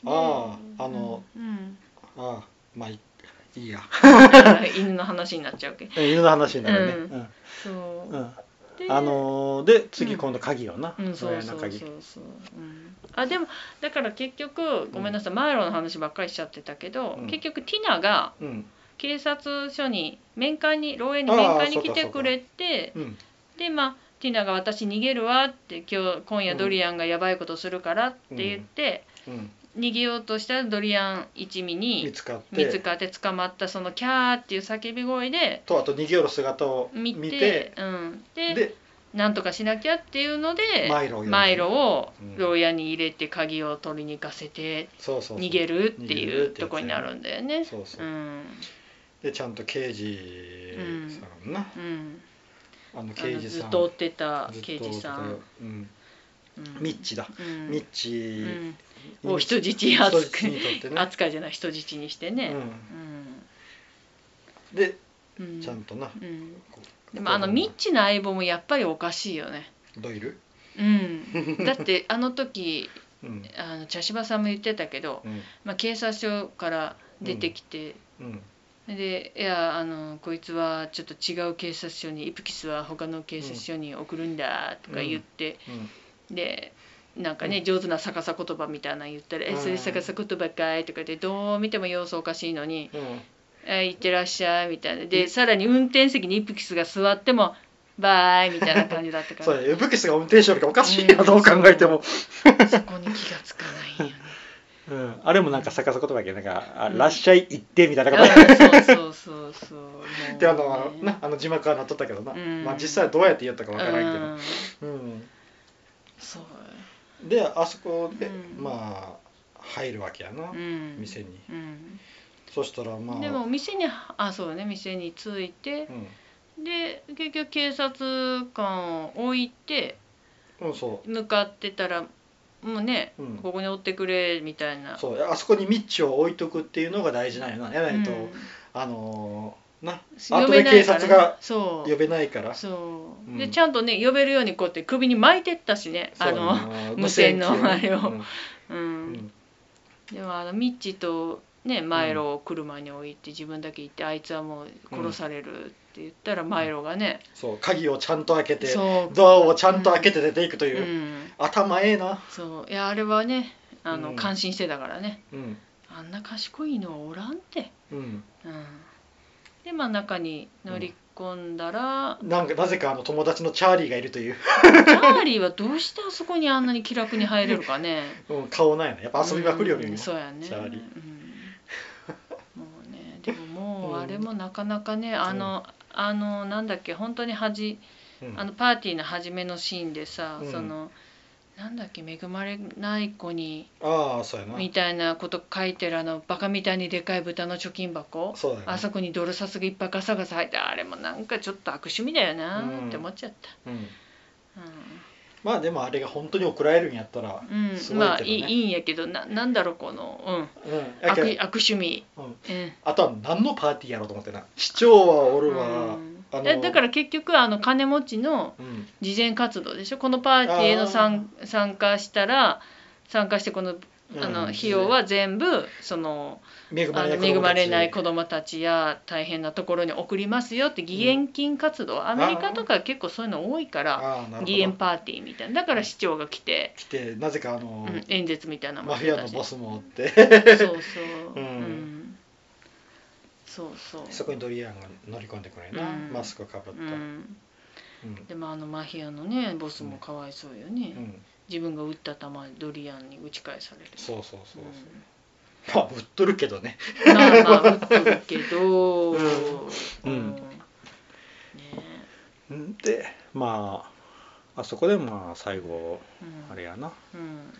Speaker 1: あ
Speaker 2: で
Speaker 1: ーあの、
Speaker 2: うん
Speaker 1: ああまあいいいいや
Speaker 2: うん犬の話になっちゃうけど
Speaker 1: 犬の話になるね
Speaker 2: うん
Speaker 1: うん
Speaker 2: そう、
Speaker 1: うん
Speaker 2: で
Speaker 1: あのーで次今度鍵よな
Speaker 2: うん、そう
Speaker 1: 親
Speaker 2: そ
Speaker 1: の
Speaker 2: うそう
Speaker 1: 鍵
Speaker 2: そう、うん、あでもだから結局ごめんなさい、マイロの話ばっかりしちゃってたけど、
Speaker 1: うん
Speaker 2: 結局ティナが
Speaker 1: うん
Speaker 2: 警察署に面会に牢屋に
Speaker 1: あー
Speaker 2: 面会に
Speaker 1: そう
Speaker 2: 来
Speaker 1: か
Speaker 2: て
Speaker 1: そうか
Speaker 2: くれて
Speaker 1: うん
Speaker 2: でまあティナが「私逃げるわ」って「今日今夜ドリアンがやばいことするから」って言って、
Speaker 1: うん
Speaker 2: 逃げようとしたドリアン一味
Speaker 1: 見
Speaker 2: に
Speaker 1: つかって
Speaker 2: 見つかって捕まったその「キャー」っていう叫び声で
Speaker 1: とあと逃げ寄る姿を見
Speaker 2: 見
Speaker 1: て
Speaker 2: てうん、で
Speaker 1: で
Speaker 2: なんとかしなきゃっていうので
Speaker 1: マイロを呼んで
Speaker 2: マイロを
Speaker 1: うん
Speaker 2: 牢屋に入れて鍵を取りに行かせて
Speaker 1: そうそうそう
Speaker 2: 逃げるって
Speaker 1: 逃げ
Speaker 2: い
Speaker 1: る
Speaker 2: う
Speaker 1: ってやつね
Speaker 2: とこになるんだよね。
Speaker 1: そうそうう、
Speaker 2: ん
Speaker 1: でちゃんと刑事さんな、
Speaker 2: うん、
Speaker 1: あの
Speaker 2: あの
Speaker 1: 刑事
Speaker 2: ず
Speaker 1: さ
Speaker 2: っ
Speaker 1: ん
Speaker 2: と追ってた
Speaker 1: ずっと
Speaker 2: 刑事さん、
Speaker 1: うん、
Speaker 2: うん
Speaker 1: ミッチだ、
Speaker 2: うん
Speaker 1: ミッチ、
Speaker 2: うん、を人質
Speaker 1: 人
Speaker 2: 扱
Speaker 1: 質にと ってね
Speaker 2: 扱いじゃない人質にしてね、
Speaker 1: うん、で
Speaker 2: うんうん
Speaker 1: ちゃんとな、
Speaker 2: うん、
Speaker 1: こ
Speaker 2: でもあのミッチの相棒もやっぱりおかしいよね、
Speaker 1: ドイル、
Speaker 2: うん、だってあの時
Speaker 1: うん
Speaker 2: あの茶柴さんも言ってたけど、
Speaker 1: うん
Speaker 2: まあ、警察署から出てきて、
Speaker 1: うん
Speaker 2: でいやあのこいつはちょっと違う警察署にイプキスは他の警察署に送るんだとか言って、
Speaker 1: うん
Speaker 2: でなんかね、上手な逆さ言葉みたいなの言ったら「えそれ逆さ言葉かい?」とか言ってどう見ても様子おかしいのに
Speaker 1: うん
Speaker 2: 「え行ってらっしゃい」みたいなでさらに運転席にイプキスが座っても「バイ」みたいな感じだったか
Speaker 1: そう
Speaker 2: ら
Speaker 1: ねウブキスが運転手よりおかしいよ、どう考えても、
Speaker 2: そこに気がつかないんよね。
Speaker 1: うん、あれもなんか逆さ言葉やけどなんか「あ
Speaker 2: うん
Speaker 1: らっしゃい行って」みたいなこと、
Speaker 2: うんそうそうそうそう。もう
Speaker 1: であの、
Speaker 2: ね
Speaker 1: なあの字幕はなっとったけどな、
Speaker 2: うん
Speaker 1: まあ、実際はどうやって言ったかわからんけど、
Speaker 2: うん
Speaker 1: うん
Speaker 2: そう。
Speaker 1: であそこで、
Speaker 2: うん
Speaker 1: まあ入るわけやな、
Speaker 2: うん。
Speaker 1: 店に
Speaker 2: うん。
Speaker 1: そしたらまあ
Speaker 2: でも店にあそうね店に着いて
Speaker 1: う、ん、
Speaker 2: で結局警察官を置いて
Speaker 1: うん、そ
Speaker 2: 向かってたらもうね、
Speaker 1: うん
Speaker 2: ここに追ってくれみたいな
Speaker 1: うそうあそこにミッチを置いとくっていうのが大事なんやなやないと、
Speaker 2: うん
Speaker 1: あのーな
Speaker 2: 呼
Speaker 1: 後
Speaker 2: べ
Speaker 1: で
Speaker 2: ない
Speaker 1: 警
Speaker 2: からね
Speaker 1: 察が
Speaker 2: そう
Speaker 1: 呼べないから
Speaker 2: そう、
Speaker 1: うん
Speaker 2: でちゃんとね呼べるようにこうやって首に巻いてったしねあの
Speaker 1: そうやな
Speaker 2: 無線の
Speaker 1: 無
Speaker 2: あれを
Speaker 1: 機ね
Speaker 2: うん、
Speaker 1: うんうん
Speaker 2: でもあのミッチとねマイロを車に置いて自分だけ行って、あいつはもう殺されるって言ったら、マイロがね、
Speaker 1: そう鍵をちゃんと開けて
Speaker 2: そう
Speaker 1: ドアをちゃんと開けて出ていくという、
Speaker 2: うん、
Speaker 1: 頭ええな、
Speaker 2: そういやあれはねあの、
Speaker 1: うん
Speaker 2: 感心してたからね
Speaker 1: うん
Speaker 2: あんな賢いのはおらんて、
Speaker 1: うん、
Speaker 2: うん、でまあ中に乗り込んだら、
Speaker 1: なんかなぜかあの友達のチャーリーがいるという、
Speaker 2: チャーリーはどうしてあそこにあんなに気楽に入れるかね
Speaker 1: うん、顔ないなやっぱ遊びまくるより
Speaker 2: う
Speaker 1: も
Speaker 2: んそうやね
Speaker 1: チャーリー
Speaker 2: うんもうねでももう
Speaker 1: うん
Speaker 2: あれもなかなかねあの、あのなんだっけ本当にはじ
Speaker 1: うん
Speaker 2: あのパーティーの初めのシーンでさ、
Speaker 1: うん
Speaker 2: そのなんだっけ恵まれない子に
Speaker 1: ああそうやな
Speaker 2: みたいなこと書いてるあのバカみたいにでかい豚の貯金箱
Speaker 1: そうだよ、ね、
Speaker 2: あそこにドル札がいっぱいガサガサ入ってあれもなんかちょっと悪趣味だよな
Speaker 1: うん
Speaker 2: って思っちゃった。
Speaker 1: うん、
Speaker 2: う
Speaker 1: まあでもあれが本当に怒られるんやったら、
Speaker 2: ん、うん
Speaker 1: すごいけどね
Speaker 2: まあいいいいんやけどななんだろうこの、
Speaker 1: うん
Speaker 2: うん、
Speaker 1: やけ
Speaker 2: 悪
Speaker 1: ど
Speaker 2: 悪趣味、
Speaker 1: うん
Speaker 2: うん
Speaker 1: あとは何のパーティーやろうと思ってな市長はおるわ、
Speaker 2: うん
Speaker 1: あの
Speaker 2: だだから結局あの金持ちの
Speaker 1: うん
Speaker 2: 慈善活動でしょこのパーティーへの参参加したら参加してこのあ
Speaker 1: う
Speaker 2: の
Speaker 1: ん
Speaker 2: 費用は全部その
Speaker 1: 恵ま
Speaker 2: あ
Speaker 1: れない子供た
Speaker 2: の
Speaker 1: ち
Speaker 2: 恵まれない子どもたちや大変なところに送りますよって義援金活動、アメリカとか結構そういうの多いか
Speaker 1: あ
Speaker 2: ら
Speaker 1: あなるほど
Speaker 2: 義援パーティーみたいなだから市長が来て、
Speaker 1: 来てなぜかあの、
Speaker 2: うん、演説みたいなの
Speaker 1: マフ
Speaker 2: して
Speaker 1: ィア
Speaker 2: た
Speaker 1: の
Speaker 2: し
Speaker 1: ボスもおって
Speaker 2: そうそう、う
Speaker 1: うんん
Speaker 2: そうそう
Speaker 1: そこにドリアンが乗り込んでくるんやな、
Speaker 2: うん
Speaker 1: マスクかぶった、
Speaker 2: う
Speaker 1: うん
Speaker 2: ん、でもあのマフィアのねボスもかわいそうよね、
Speaker 1: うん
Speaker 2: 自分が撃った球ドリアンに打ち返される
Speaker 1: そうそうそうそう、
Speaker 2: うん
Speaker 1: まあぶっとるけどね
Speaker 2: まあまあ打ってるけど、
Speaker 1: うんうん
Speaker 2: ね
Speaker 1: でまああそこでまあ最後
Speaker 2: うん、
Speaker 1: あれやな
Speaker 2: うん、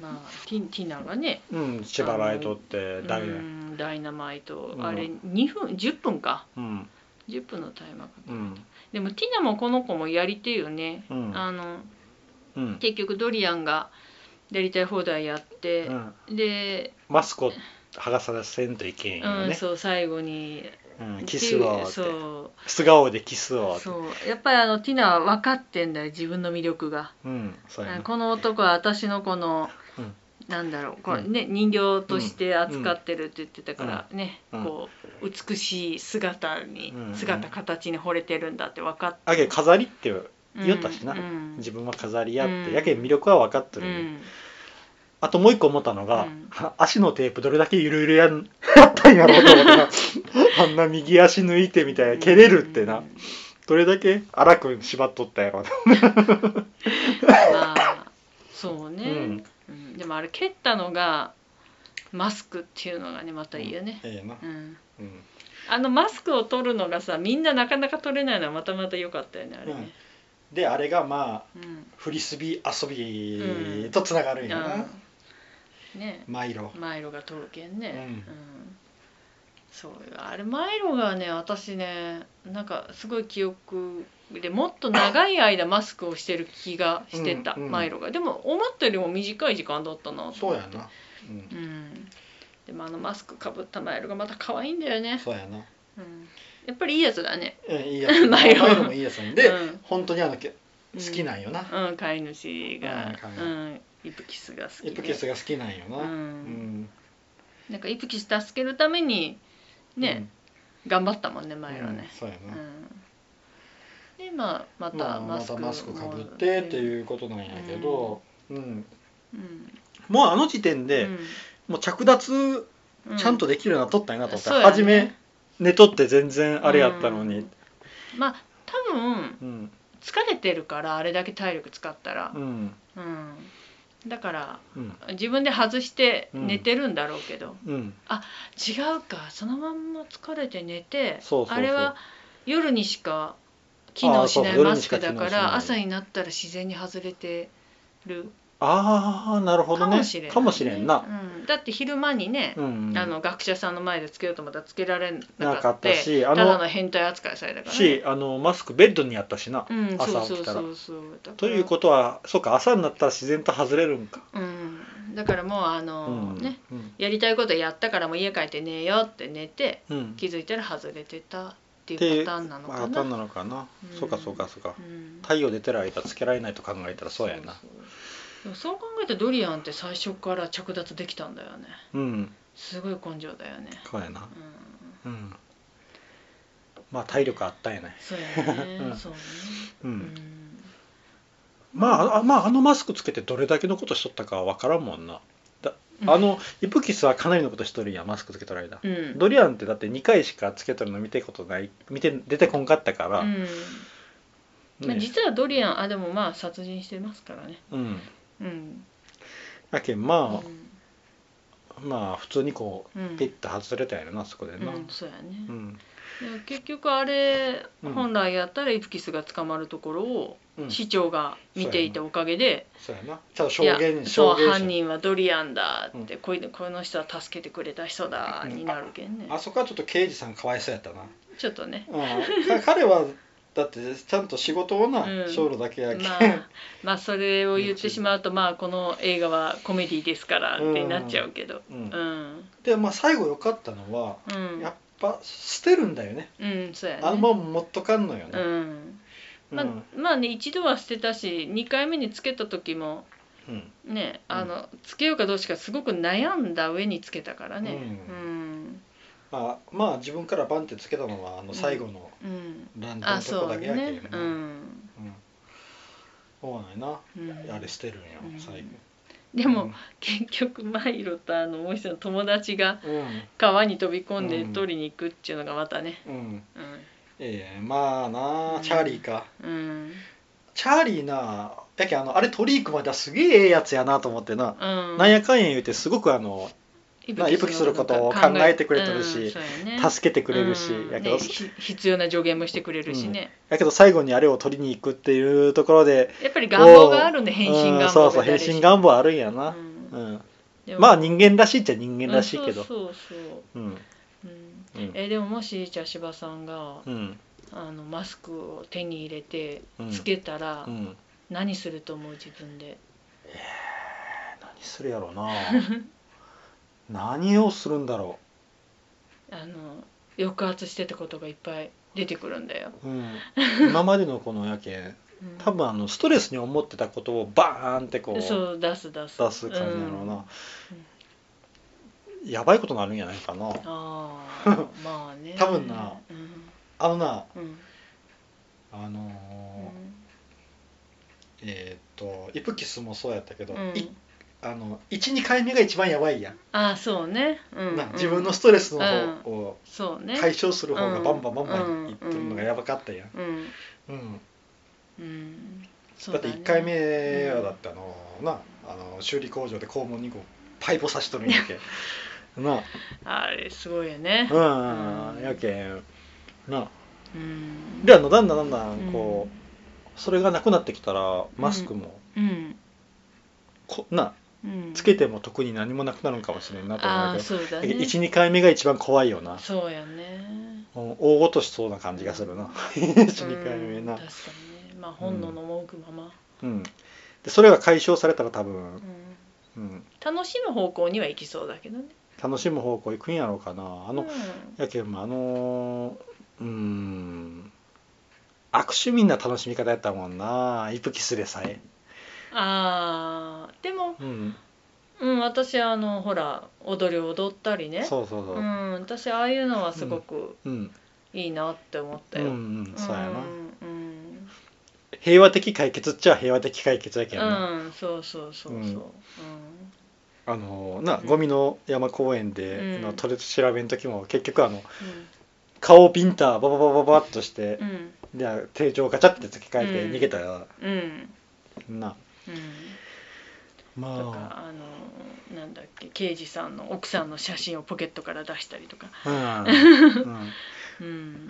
Speaker 2: まあティティナがね
Speaker 1: うん縛られとってダメだ
Speaker 2: う
Speaker 1: よ
Speaker 2: んダイナマイト、
Speaker 1: うん
Speaker 2: あれ2分10分か
Speaker 1: うん
Speaker 2: 10分のタイマーかけ
Speaker 1: う
Speaker 2: て
Speaker 1: ん
Speaker 2: でもティナもこの子もやりてえよね、
Speaker 1: うん
Speaker 2: あの
Speaker 1: うん、
Speaker 2: 結局ドリアンがやりたい放題やって
Speaker 1: う、ん、
Speaker 2: で、
Speaker 1: マスクを剥がさせんといけんよ
Speaker 2: うん、
Speaker 1: ね、
Speaker 2: そう最後に
Speaker 1: うん、キスをって
Speaker 2: そう
Speaker 1: 素顔でキスをって
Speaker 2: そうやっぱりあのティナは分かってんだよ自分の魅力が、
Speaker 1: うんそうやな
Speaker 2: この男は私のこの
Speaker 1: うん
Speaker 2: なんだろうこれ
Speaker 1: うん
Speaker 2: ね人形として扱ってるって言ってたからね、
Speaker 1: うん
Speaker 2: こう美しい姿に、
Speaker 1: うん
Speaker 2: 姿形に惚れてるんだって分かって
Speaker 1: あけど飾りって
Speaker 2: うん
Speaker 1: 言ったしな、
Speaker 2: うん
Speaker 1: 自分は飾りやって、
Speaker 2: うん
Speaker 1: やけん魅力は分かっとる、
Speaker 2: うん
Speaker 1: あともう一個思ったのが、
Speaker 2: うん
Speaker 1: 足のテープどれだけゆるゆるやんあったんやろうと思ってなあんな右足抜いてみたいな蹴れるってな、
Speaker 2: うん
Speaker 1: どれだけ荒く縛っとったやろうな、
Speaker 2: まあそうね、
Speaker 1: うん
Speaker 2: うんでもあれ蹴ったのがマスクっていうのがねまたいいよね、
Speaker 1: ええな
Speaker 2: うん
Speaker 1: うん
Speaker 2: あのマスクを取るのがさみんななかなか取れないのはまたまた良かったよねあれね、
Speaker 1: であれがまあ
Speaker 2: うん
Speaker 1: フリスビー遊びとつながるんやな、
Speaker 2: うんね
Speaker 1: マイロ
Speaker 2: マイロが取るけんね、
Speaker 1: うん
Speaker 2: そうよあれマイロがね私ねなんかすごい記憶でもっと長い間マスクをしてる気がしてた、
Speaker 1: うんうん
Speaker 2: マイロがでも思ったよりも短い時間だったなと
Speaker 1: そう
Speaker 2: 思っ
Speaker 1: や
Speaker 2: て
Speaker 1: な、うん
Speaker 2: うんでもあのマスクかぶったマイロがまた可愛いんだよね、
Speaker 1: そうやな
Speaker 2: うん、やっぱりいいやつだね、
Speaker 1: うんいいやつ
Speaker 2: マイロ
Speaker 1: マイロもいいやつなんで、
Speaker 2: うん
Speaker 1: 本当にあのけ
Speaker 2: う
Speaker 1: 好
Speaker 2: ん
Speaker 1: きなんよな、
Speaker 2: うん、飼い主が
Speaker 1: うん飼い、主
Speaker 2: うん、イプキスが好き、ね、
Speaker 1: エプキスが好きなんよな、
Speaker 2: う
Speaker 1: う
Speaker 2: ん
Speaker 1: ん
Speaker 2: なんかイプキス助けるためにね、頑張ったもんね前はね
Speaker 1: うん、、そうや
Speaker 2: うん
Speaker 1: な、
Speaker 2: でまあま
Speaker 1: ま
Speaker 2: た
Speaker 1: あ、
Speaker 2: マ
Speaker 1: ま
Speaker 2: ス
Speaker 1: た
Speaker 2: ク,、
Speaker 1: マスクかぶってっていうことなんやけど、うん
Speaker 2: うん
Speaker 1: もうあの時点で、もう着脱
Speaker 2: う
Speaker 1: ちゃんとできるようになっとったんやなと思った、
Speaker 2: そうやね
Speaker 1: 初め寝とって全然あれやったの
Speaker 2: う
Speaker 1: に
Speaker 2: んまあ多分
Speaker 1: うん
Speaker 2: 疲れてるからあれだけ体力使ったら
Speaker 1: う、ん
Speaker 2: うん、だから
Speaker 1: うん
Speaker 2: 自分で外して寝てるんだろうけど、
Speaker 1: うん
Speaker 2: 違うかそのまんま疲れて寝て
Speaker 1: そうそうそう
Speaker 2: あれは夜にしか機能し
Speaker 1: あ
Speaker 2: な
Speaker 1: ー
Speaker 2: い
Speaker 1: そうそう
Speaker 2: マスクだ
Speaker 1: 夜にしか機能
Speaker 2: か
Speaker 1: しない
Speaker 2: ら朝になったら自然に外れてる
Speaker 1: ああなるほど
Speaker 2: か
Speaker 1: ね
Speaker 2: もしれない、
Speaker 1: かもしれんな、
Speaker 2: うん、だって昼間にね、
Speaker 1: うん
Speaker 2: あの学者さんの前でつけようと思ったらつけられなかった
Speaker 1: なかったしあ
Speaker 2: ただ
Speaker 1: の
Speaker 2: の変態扱いされたから、ね、
Speaker 1: しあのマスクベッドにやったしな、
Speaker 2: うん、
Speaker 1: 朝
Speaker 2: そう
Speaker 1: 起きたら
Speaker 2: そうそうそうだから
Speaker 1: ということはそうか朝になったら自然と外れるんか、
Speaker 2: うん、だからもうあ
Speaker 1: う
Speaker 2: の、
Speaker 1: ん
Speaker 2: ね
Speaker 1: うん
Speaker 2: やりたいことやったからもう家帰って寝ようって寝て
Speaker 1: うん
Speaker 2: 気づいたら外れてたって
Speaker 1: って
Speaker 2: いうパターンなの
Speaker 1: まあ
Speaker 2: か
Speaker 1: 当
Speaker 2: な、
Speaker 1: たんなのかな、
Speaker 2: うん
Speaker 1: そうかそうかそうか
Speaker 2: うん
Speaker 1: 太陽出てる間つけられないと考えたらそうやな
Speaker 2: そうそうでもそう考えたらドリアンって最初から着脱できたんだよね
Speaker 1: うん
Speaker 2: すごい根性だよね
Speaker 1: そうやな
Speaker 2: うん
Speaker 1: うんまあ体力あったんやね
Speaker 2: そうや
Speaker 1: う
Speaker 2: ね
Speaker 1: ん
Speaker 2: そうね
Speaker 1: うん、
Speaker 2: うん
Speaker 1: まああまああのマスクつけてどれだけのことしとったかは分からんもんなあのイプキスはかなりのことしとるやんマスクつけとる間、
Speaker 2: うん
Speaker 1: ドリアンってだって2回しかつけとるの見てことない見て出てこんかったから、
Speaker 2: うんまあ、
Speaker 1: ね
Speaker 2: 実はドリアンあでもまあ殺人してますからね
Speaker 1: うん
Speaker 2: うん
Speaker 1: だけん
Speaker 2: う
Speaker 1: まあ、
Speaker 2: ん
Speaker 1: まあ普通にこ
Speaker 2: う
Speaker 1: うんピッと外れたんやろなそこでな
Speaker 2: うんそうやね、
Speaker 1: うん
Speaker 2: でも結局あれ、
Speaker 1: うん
Speaker 2: 本来やったらイプキスが捕まるところを
Speaker 1: うん
Speaker 2: 市長が見ていたおかげで、
Speaker 1: そうやなちゃんと証
Speaker 2: いや
Speaker 1: 言
Speaker 2: そ
Speaker 1: 証
Speaker 2: う
Speaker 1: 言
Speaker 2: 犯人はドリアンだって、
Speaker 1: う
Speaker 2: こいこの人は助けてくれた人だ
Speaker 1: うん
Speaker 2: になるけんね、
Speaker 1: あそこはちょっと刑事さんかわいそうやったな、
Speaker 2: ちょっとね
Speaker 1: うん、か 彼はだってちゃんと仕事をな
Speaker 2: うん
Speaker 1: 小路、だけやけん、
Speaker 2: まあまあそれを言ってしまうとまあこの映画はコメディですからってなっちゃうけど
Speaker 1: う
Speaker 2: うんん
Speaker 1: でまあ最後良かったのは、
Speaker 2: うん
Speaker 1: やっぱ捨てるんだよね
Speaker 2: うんそうやね
Speaker 1: あのまま持っとかんのよ
Speaker 2: う
Speaker 1: ね、
Speaker 2: ん
Speaker 1: うん
Speaker 2: まあまあね一度は捨てたし2回目につけた時も
Speaker 1: うん
Speaker 2: ね
Speaker 1: うん
Speaker 2: あの、つけようかどうしかすごく悩んだ上につけたから
Speaker 1: う
Speaker 2: ねうん
Speaker 1: まあ、まあ自分からバンってつけたのはあの最後の
Speaker 2: うん、
Speaker 1: ランド
Speaker 2: あ
Speaker 1: のと
Speaker 2: そ
Speaker 1: こ
Speaker 2: う
Speaker 1: だけやけ
Speaker 2: ね
Speaker 1: どな、
Speaker 2: う
Speaker 1: うん
Speaker 2: ん、
Speaker 1: そうなんやな、
Speaker 2: うん
Speaker 1: あれ捨てるんよ
Speaker 2: うん
Speaker 1: 最後、
Speaker 2: でも、結局マイロとあのもう一人の友達が
Speaker 1: うん、
Speaker 2: 川に飛び込んで
Speaker 1: うん
Speaker 2: 取りに行くっていうのがまたね
Speaker 1: うんうん
Speaker 2: うん、
Speaker 1: ええまあな
Speaker 2: うん
Speaker 1: チャーリーか、
Speaker 2: うん
Speaker 1: チャーリーなやけんあのあれ取り行くまではすげえええやつやなと思ってな、
Speaker 2: うん、
Speaker 1: なんやかんや言うてすごくあのまあ
Speaker 2: 息吹きする
Speaker 1: 息吹きすることを考えてくれてるし
Speaker 2: うんそうやね
Speaker 1: 助けてくれるし、
Speaker 2: うん
Speaker 1: やけど、
Speaker 2: ねひ必要な助言もしてくれるしね、
Speaker 1: やけど最後にあれを取りに行くっていうところで
Speaker 2: やっぱり願望があるんで変身願望
Speaker 1: うんそうそう
Speaker 2: だ
Speaker 1: 変
Speaker 2: ったりし
Speaker 1: 身願望あるんやな、
Speaker 2: うん
Speaker 1: うん
Speaker 2: でも
Speaker 1: まあ人間らしいっちゃ人間らしいけど
Speaker 2: うんそうそうそう
Speaker 1: うん
Speaker 2: うん
Speaker 1: うん
Speaker 2: えーでももし茶柴さんが
Speaker 1: うん
Speaker 2: あのマスクを手に入れて
Speaker 1: うん
Speaker 2: つけたら
Speaker 1: うん
Speaker 2: 何すると思う自分で
Speaker 1: 何するやろう な何をするんだろ
Speaker 2: あの抑圧してたことがいっぱい出てくるんだよ、
Speaker 1: う、うん、今までのこのやけん
Speaker 2: うん
Speaker 1: 多分あのストレスに思ってたことをバーンってこう出
Speaker 2: そう出す出す
Speaker 1: す感じやろう
Speaker 2: うん
Speaker 1: な、やばいことになるんじゃないかな
Speaker 2: ああまあね
Speaker 1: 多分な
Speaker 2: うん
Speaker 1: あのな
Speaker 2: うん
Speaker 1: あの
Speaker 2: う
Speaker 1: ー
Speaker 2: ん
Speaker 1: えーっとイプキスもそうやったけど、
Speaker 2: うん
Speaker 1: いあの12回目が一番やばいやん、
Speaker 2: ああそうね、うん
Speaker 1: な
Speaker 2: うん
Speaker 1: 自分のストレスの方を
Speaker 2: そうね
Speaker 1: 解消する方が
Speaker 2: うん
Speaker 1: バンバンバンバンいってるのがやばかったやん、
Speaker 2: うん
Speaker 1: うん
Speaker 2: うんそう
Speaker 1: だっ
Speaker 2: だ
Speaker 1: て
Speaker 2: ね
Speaker 1: 1回目はだってあのなあの修理工場で肛門にこうパイプさしとるんやけな
Speaker 2: あれすごいよね
Speaker 1: うん、
Speaker 2: うん
Speaker 1: やけんな
Speaker 2: うん
Speaker 1: であのだんだんだんだんこう、それがなくなってきたらマスクも、
Speaker 2: うん
Speaker 1: こな
Speaker 2: うん
Speaker 1: つけても特に何もなくなるんかもしれんなと思
Speaker 2: あ
Speaker 1: う
Speaker 2: あ
Speaker 1: けど
Speaker 2: そうだね
Speaker 1: 12回目が一番怖いよな
Speaker 2: そうやね
Speaker 1: うん大ごとしそうな感じがするな12回目
Speaker 2: う、
Speaker 1: なん
Speaker 2: 確かにねまあ本能の赴くまま、
Speaker 1: うん、でそれが解消されたら多
Speaker 2: う
Speaker 1: 分、
Speaker 2: ん
Speaker 1: うん、
Speaker 2: 楽しむ方向には行きそうだけどね
Speaker 1: 楽しむ方向行くんやろうかなあの、
Speaker 2: う
Speaker 1: やけんまああのーうーん悪趣味な楽しみ方やったもんなイプキスでさえ、
Speaker 2: ん、ああでも
Speaker 1: うん、
Speaker 2: うん私あのほら踊り踊ったりね
Speaker 1: そうそうそうう、
Speaker 2: ん私ああいうのはすごく
Speaker 1: うん、
Speaker 2: いいなって思った
Speaker 1: うん
Speaker 2: よ、
Speaker 1: う
Speaker 2: うん
Speaker 1: んそうやな、
Speaker 2: うん
Speaker 1: 平和的解決っちゃ平和的解決やけどな、
Speaker 2: うんそうそうそう
Speaker 1: う
Speaker 2: そう、うんん
Speaker 1: あのな
Speaker 2: うん
Speaker 1: ゴミの山公園で、
Speaker 2: うん
Speaker 1: の取り調べの時も結局あの顔をピンターバババババッとして
Speaker 2: う、ん
Speaker 1: で手錠をガチャって突き替えて
Speaker 2: うん
Speaker 1: 逃げたよ
Speaker 2: うんうん
Speaker 1: な
Speaker 2: うん
Speaker 1: ま
Speaker 2: とかあのなんだっけ刑事さんの奥さんの写真をポケットから出したりとか、
Speaker 1: あうん、うん、
Speaker 2: うん、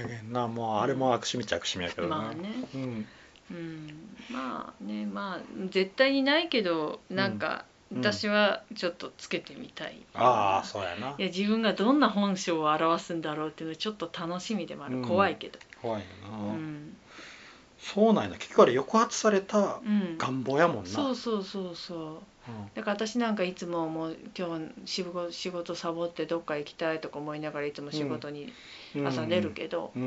Speaker 1: やけんなもうあれも悪趣味っちゃ悪趣味やけどな、
Speaker 2: まあね、
Speaker 1: うん
Speaker 2: うん、まあねまあ絶対にないけどなんか
Speaker 1: うん
Speaker 2: 私はちょっとつけてみたい、
Speaker 1: ああそうやない
Speaker 2: や自分がどんな本性を表すんだろうっていうのちょっと楽しみでもある、
Speaker 1: うん
Speaker 2: 怖いけど、
Speaker 1: 怖いよ
Speaker 2: う
Speaker 1: な、
Speaker 2: ん
Speaker 1: そうなんやな結局あれ抑圧された
Speaker 2: うん、
Speaker 1: 願望やもんな、
Speaker 2: そうそうそうそう
Speaker 1: うん
Speaker 2: だから私なんかいつももう今日仕事仕事サボってどっか行きたいとか思いながらいつも仕事に
Speaker 1: うん
Speaker 2: 朝出るけど、
Speaker 1: うん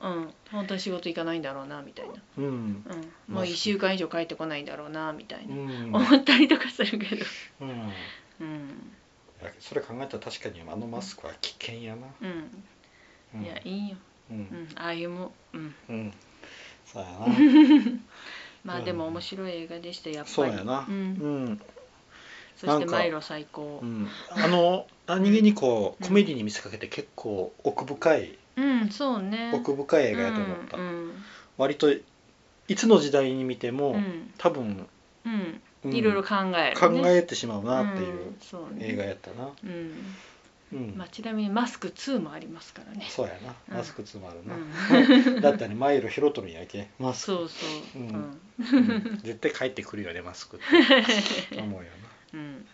Speaker 2: うん、本当に仕事行かないんだろうなみたいな、
Speaker 1: うん
Speaker 2: うん、もう1週間以上帰ってこないんだろうなみたいうな、
Speaker 1: ん、
Speaker 2: 思ったりとかするけど、
Speaker 1: うん
Speaker 2: うん
Speaker 1: それ考えたら確かにあのマスクは危険やな、
Speaker 2: うん
Speaker 1: うん、
Speaker 2: いやいいよ、
Speaker 1: う
Speaker 2: うんん、ああいうも、うん、
Speaker 1: うんそうやな
Speaker 2: まあでも面白い映画でした やっぱり
Speaker 1: そうやな
Speaker 2: う、
Speaker 1: うんん、
Speaker 2: そ
Speaker 1: な
Speaker 2: し
Speaker 1: ん
Speaker 2: て
Speaker 1: か
Speaker 2: マイロ最高
Speaker 1: うん、あの何気にこう、
Speaker 2: うん
Speaker 1: コメディに見せかけて結構奥深い
Speaker 2: うん、そうね
Speaker 1: 奥深い映画やと思った、
Speaker 2: うん
Speaker 1: 割といつの時代に見ても、
Speaker 2: うんうん
Speaker 1: 多分、
Speaker 2: う
Speaker 1: う
Speaker 2: ん
Speaker 1: ん
Speaker 2: いろいろ考える、
Speaker 1: 考
Speaker 2: ね、
Speaker 1: えてしまうなっていう
Speaker 2: そうね
Speaker 1: 映画やったな、
Speaker 2: うん
Speaker 1: うん
Speaker 2: まあ、ちなみにマスク2もありますからね
Speaker 1: そうやな
Speaker 2: うん
Speaker 1: マスク詰まるな、
Speaker 2: うん、
Speaker 1: だったねマイル拾っとるんやけマスク
Speaker 2: そうそう
Speaker 1: う
Speaker 2: うんん
Speaker 1: うん絶対帰ってくるよねマスクって思うよ
Speaker 2: うん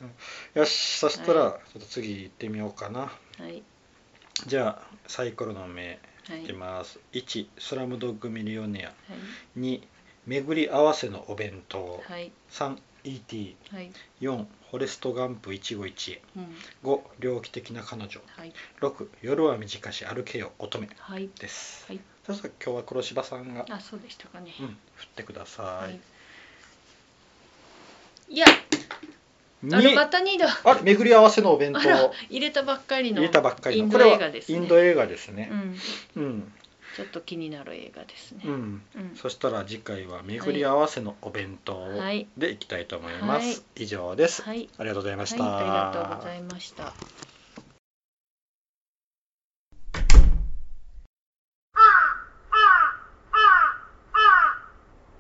Speaker 1: なよしそしたら
Speaker 2: は
Speaker 1: ちょっと次行ってみようかな
Speaker 2: はい
Speaker 1: じゃあサイコロの目
Speaker 2: はいい
Speaker 1: きます1スラムドッグミリオネア
Speaker 2: はい
Speaker 1: 2巡り合わせのお弁当
Speaker 2: はい
Speaker 1: 3 ET4
Speaker 2: はい、
Speaker 1: フォレストガンプ一期一
Speaker 2: うん、
Speaker 1: 会5猟奇的な彼女
Speaker 2: はい
Speaker 1: 6夜は短し歩けよ乙女
Speaker 2: はい
Speaker 1: です、
Speaker 2: はい
Speaker 1: そしたら今日は黒柴さんが、
Speaker 2: あそうでしたかね、
Speaker 1: うん、振ってください、
Speaker 2: いや
Speaker 1: に
Speaker 2: アルバタニーだ
Speaker 1: あれ巡り合わせのお弁
Speaker 2: あら
Speaker 1: 当
Speaker 2: 入れたばっかりの
Speaker 1: 入れたばっかりの
Speaker 2: イン
Speaker 1: こ
Speaker 2: ド
Speaker 1: れ
Speaker 2: 映
Speaker 1: は
Speaker 2: 画です
Speaker 1: イ
Speaker 2: ね
Speaker 1: ンド映画ですね
Speaker 2: うん、
Speaker 1: うん
Speaker 2: ちょっと気になる映画ですね
Speaker 1: うん、
Speaker 2: うん
Speaker 1: そしたら次回は巡り合わせのお弁当
Speaker 2: はい
Speaker 1: でいきたいと思います、
Speaker 2: はい
Speaker 1: 以上です、
Speaker 2: はい、
Speaker 1: ありがとうございまし
Speaker 2: はい、
Speaker 1: た、
Speaker 2: ありがとうございました